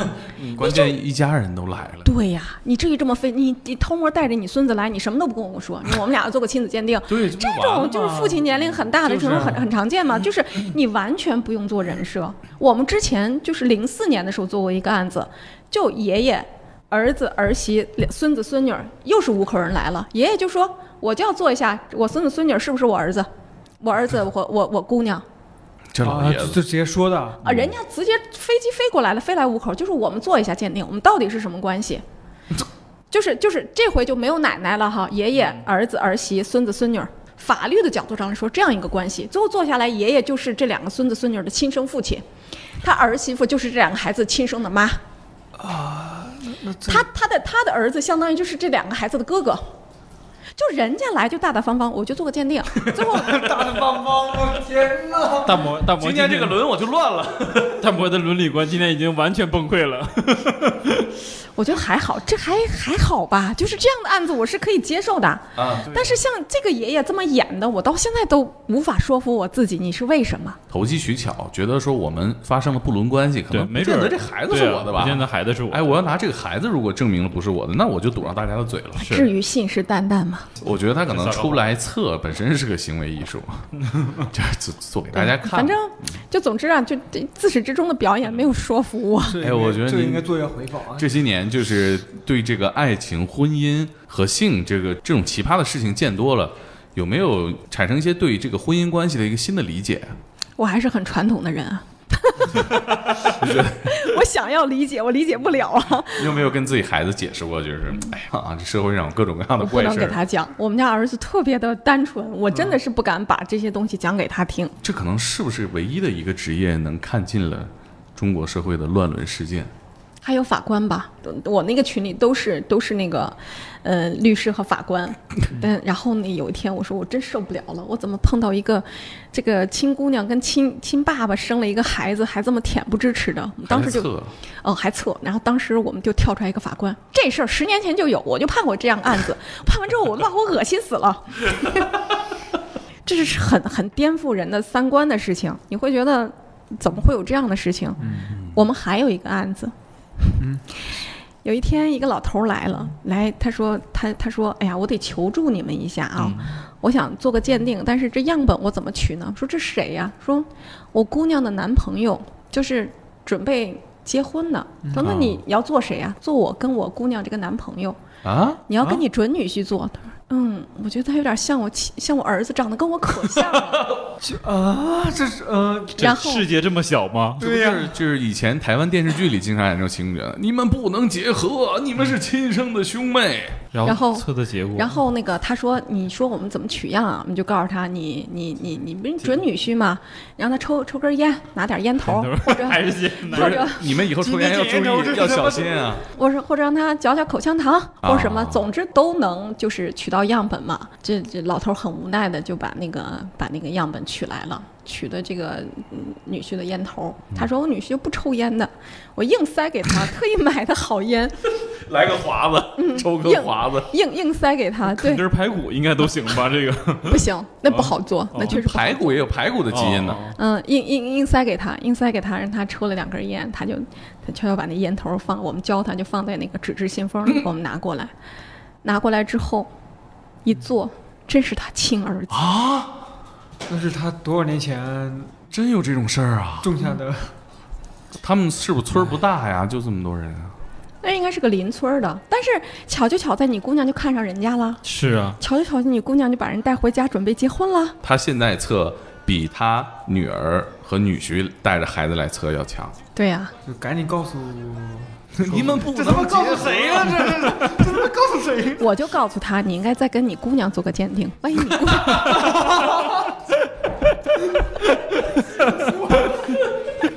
Speaker 1: 关键一家人都来了。
Speaker 2: 对呀，你至于这么费？你你偷摸带着你孙子来，你什么都不跟我说，你我们俩做个亲子鉴定，
Speaker 1: 对，
Speaker 2: 这
Speaker 1: 不完了
Speaker 2: 种
Speaker 1: 吗
Speaker 2: 就是父亲年龄很大的
Speaker 5: 就
Speaker 2: 这
Speaker 5: 是啊
Speaker 2: 种很很常见嘛，就是你完全不用做人设。我们之前就是零四年的时候做过一个案子，就爷爷、儿子、儿媳、两孙子、孙女儿，又是五口人来了，爷爷就说我就要做一下我孙子孙女儿是不是我儿子，我儿子我我我姑娘
Speaker 1: 这老爷
Speaker 4: 啊就
Speaker 1: 子
Speaker 4: 就直接说的，
Speaker 2: 啊，人家直接飞机飞过来了，飞来五口，就是我们做一下鉴定，我们到底是什么关系。就是就是这回就没有奶奶了哈，爷爷、儿子、儿媳、孙子、孙女儿。法律的角度上来说，这样一个关系，最后做下来，爷爷就是这两个孙子孙女儿的亲生父亲，他儿媳妇就是这两个孩子亲生的妈，他他的他的儿子相当于就是这两个孩子的哥哥，就人家来就大大方方，我就做个鉴定，最后
Speaker 4: 大大方方，我天哪！
Speaker 5: 大魔大魔
Speaker 1: 今天这个轮我就乱了。
Speaker 5: 大魔的伦理观今天已经完全崩溃了。
Speaker 2: 我觉得还好，这还还好吧，就是这样的案子我是可以接受的。
Speaker 1: 啊，
Speaker 2: 但是像这个爷爷这么演的，我到现在都无法说服我自己，你是为什么？
Speaker 1: 投机取巧，觉得说我们发生了不伦关系，可
Speaker 5: 对，
Speaker 1: 能
Speaker 5: 没
Speaker 1: 不见
Speaker 5: 准
Speaker 1: 得
Speaker 5: 儿
Speaker 1: 这孩子是
Speaker 5: 对啊
Speaker 1: 我的吧
Speaker 5: 不？见得孩子是我的。
Speaker 1: 哎，我要拿这个孩子，如果证明了不是我的，那我就堵上大家的嘴了。
Speaker 5: 是
Speaker 2: 至于信誓旦旦吗？
Speaker 1: 我觉得他可能出来测本身是个行为艺术，就是做做给大家看。嗯
Speaker 2: 反正就总之啊，就这自始至终的表演没有说服我。
Speaker 1: 哎我觉得
Speaker 4: 这
Speaker 1: 您
Speaker 4: 应该做一下回访啊。
Speaker 1: 这些年就是对这个爱情、婚姻和性这个这种奇葩的事情见多了，有没有产生一些对这个婚姻关系的一个新的理解？
Speaker 2: 我还是很传统的人啊。 我想要理解，我理解不了啊，
Speaker 1: 你有没有跟自己孩子解释过？就是哎呀啊，这社会上有各种各样的
Speaker 2: 我不
Speaker 1: 怪
Speaker 2: 能
Speaker 1: 事
Speaker 2: 给
Speaker 1: 儿，
Speaker 2: 他讲。我们家儿子特别的单纯，我真
Speaker 1: 啊
Speaker 2: 的是不敢把这些东西讲给他听。
Speaker 1: 这可能是不是唯一的一个职业能看尽了中国社会的乱伦事件？
Speaker 2: 还有法官吧，我那个群里都是都是那个，呃，律师和法官。但然后呢，有一天我说我真受不了了，我怎么碰到一个这个亲姑娘跟亲亲爸爸生了一个孩子，还这么恬不知耻的？我们当时
Speaker 1: 还
Speaker 2: 就
Speaker 1: 测
Speaker 2: 嗯还测，然后当时我们就跳出来一个法官，这事儿十年前就有，我就判过这样案子，判完之后我把我恶心死了。这是很很颠覆人的三观的事情，你会觉得怎么会有这样的事情？我们还有一个案子，有一天一个老头儿来了，来他说他他说哎呀，我得求助你们一下啊，我想做个鉴定，但是这样本我怎么取呢？说这谁呀、说我姑娘的男朋友就是准备结婚呢。说那你要做谁呀、做我跟我姑娘这个男朋友。
Speaker 1: 啊，
Speaker 2: 你要跟你准女婿做。他说嗯，我觉得他有点像我妻像我儿子，长得跟我可像 了。
Speaker 4: 这啊，这是呃，
Speaker 5: 这
Speaker 2: 然后
Speaker 5: 世界这么小吗？
Speaker 1: 对呀、就是以前台湾电视剧里经常演这种情节，你们不能结合，你们是亲生的兄妹。
Speaker 5: 然
Speaker 2: 然后
Speaker 5: 测的结果，
Speaker 2: 然后那个他说，你说我们怎么取样啊？我们就告诉他，你你你你不是准女婿嘛，你让他抽抽根烟，拿点烟头，或
Speaker 1: 哎
Speaker 2: 者
Speaker 5: 还是艰难
Speaker 2: 或者
Speaker 1: 你们以后抽烟要注意，要小心啊！
Speaker 2: 或者或者让他嚼嚼口香糖或者什么，总之都能就是取到样本嘛。这这老头很无奈的就把那个把那个样本取来了，取的这个、嗯、女婿的烟头。他说我女婿不抽烟的，我硬塞给他，特意买的好烟，
Speaker 1: 来个华子，抽
Speaker 2: 嗯硬
Speaker 1: 根华子，
Speaker 2: 硬硬塞给他。对
Speaker 5: 啃，根排骨应该都行吧？这 个
Speaker 2: 不行，那不好做，那确实不好
Speaker 1: 排骨也有排骨的基因呢。
Speaker 5: 哦
Speaker 2: 嗯，硬硬硬塞给他，硬塞给他，让他抽了两根烟，他就他悄悄把那烟头放，我们教他就放在那个纸质信封里，给我们拿过来，拿过来之后一做，真是他亲儿子，
Speaker 4: 那是他多少年前
Speaker 1: 真有这种事儿啊！
Speaker 4: 种下的，
Speaker 1: 他们是不是村儿不大呀？就这么多人啊？
Speaker 2: 那应该是个邻村儿的，但是巧就巧在你姑娘就看上人家了，
Speaker 5: 是啊，
Speaker 2: 巧就巧在你姑娘就把人带回家准备结婚了，
Speaker 1: 他现在测比他女儿和女婿带着孩子来测要强。
Speaker 2: 对呀、
Speaker 4: 就赶紧告诉
Speaker 1: 你们不
Speaker 4: 这他妈告诉 谁呀、这这这这他妈告诉谁？
Speaker 2: 我就告诉他，你应该再跟你姑娘做个鉴定，万一你姑娘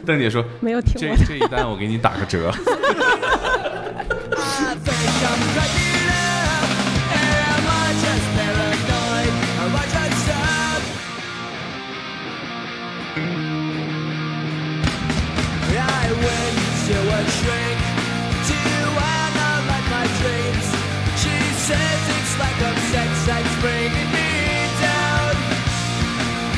Speaker 1: 邓姐说
Speaker 2: 没有听
Speaker 1: 这
Speaker 2: 我的。
Speaker 1: 这一单我给你打个折。
Speaker 3: I think I'm cracking up. Am I just paranoid? Am I just sad? I went to a shrink to analyze my dreams. She says it's like a sex that's bringing me down.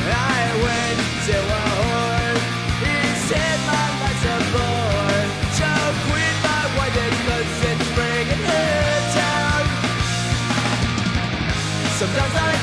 Speaker 3: I went to a whore. He said my life's a bore. So quit my wedding 'cause it's bringing her down. Sometimes I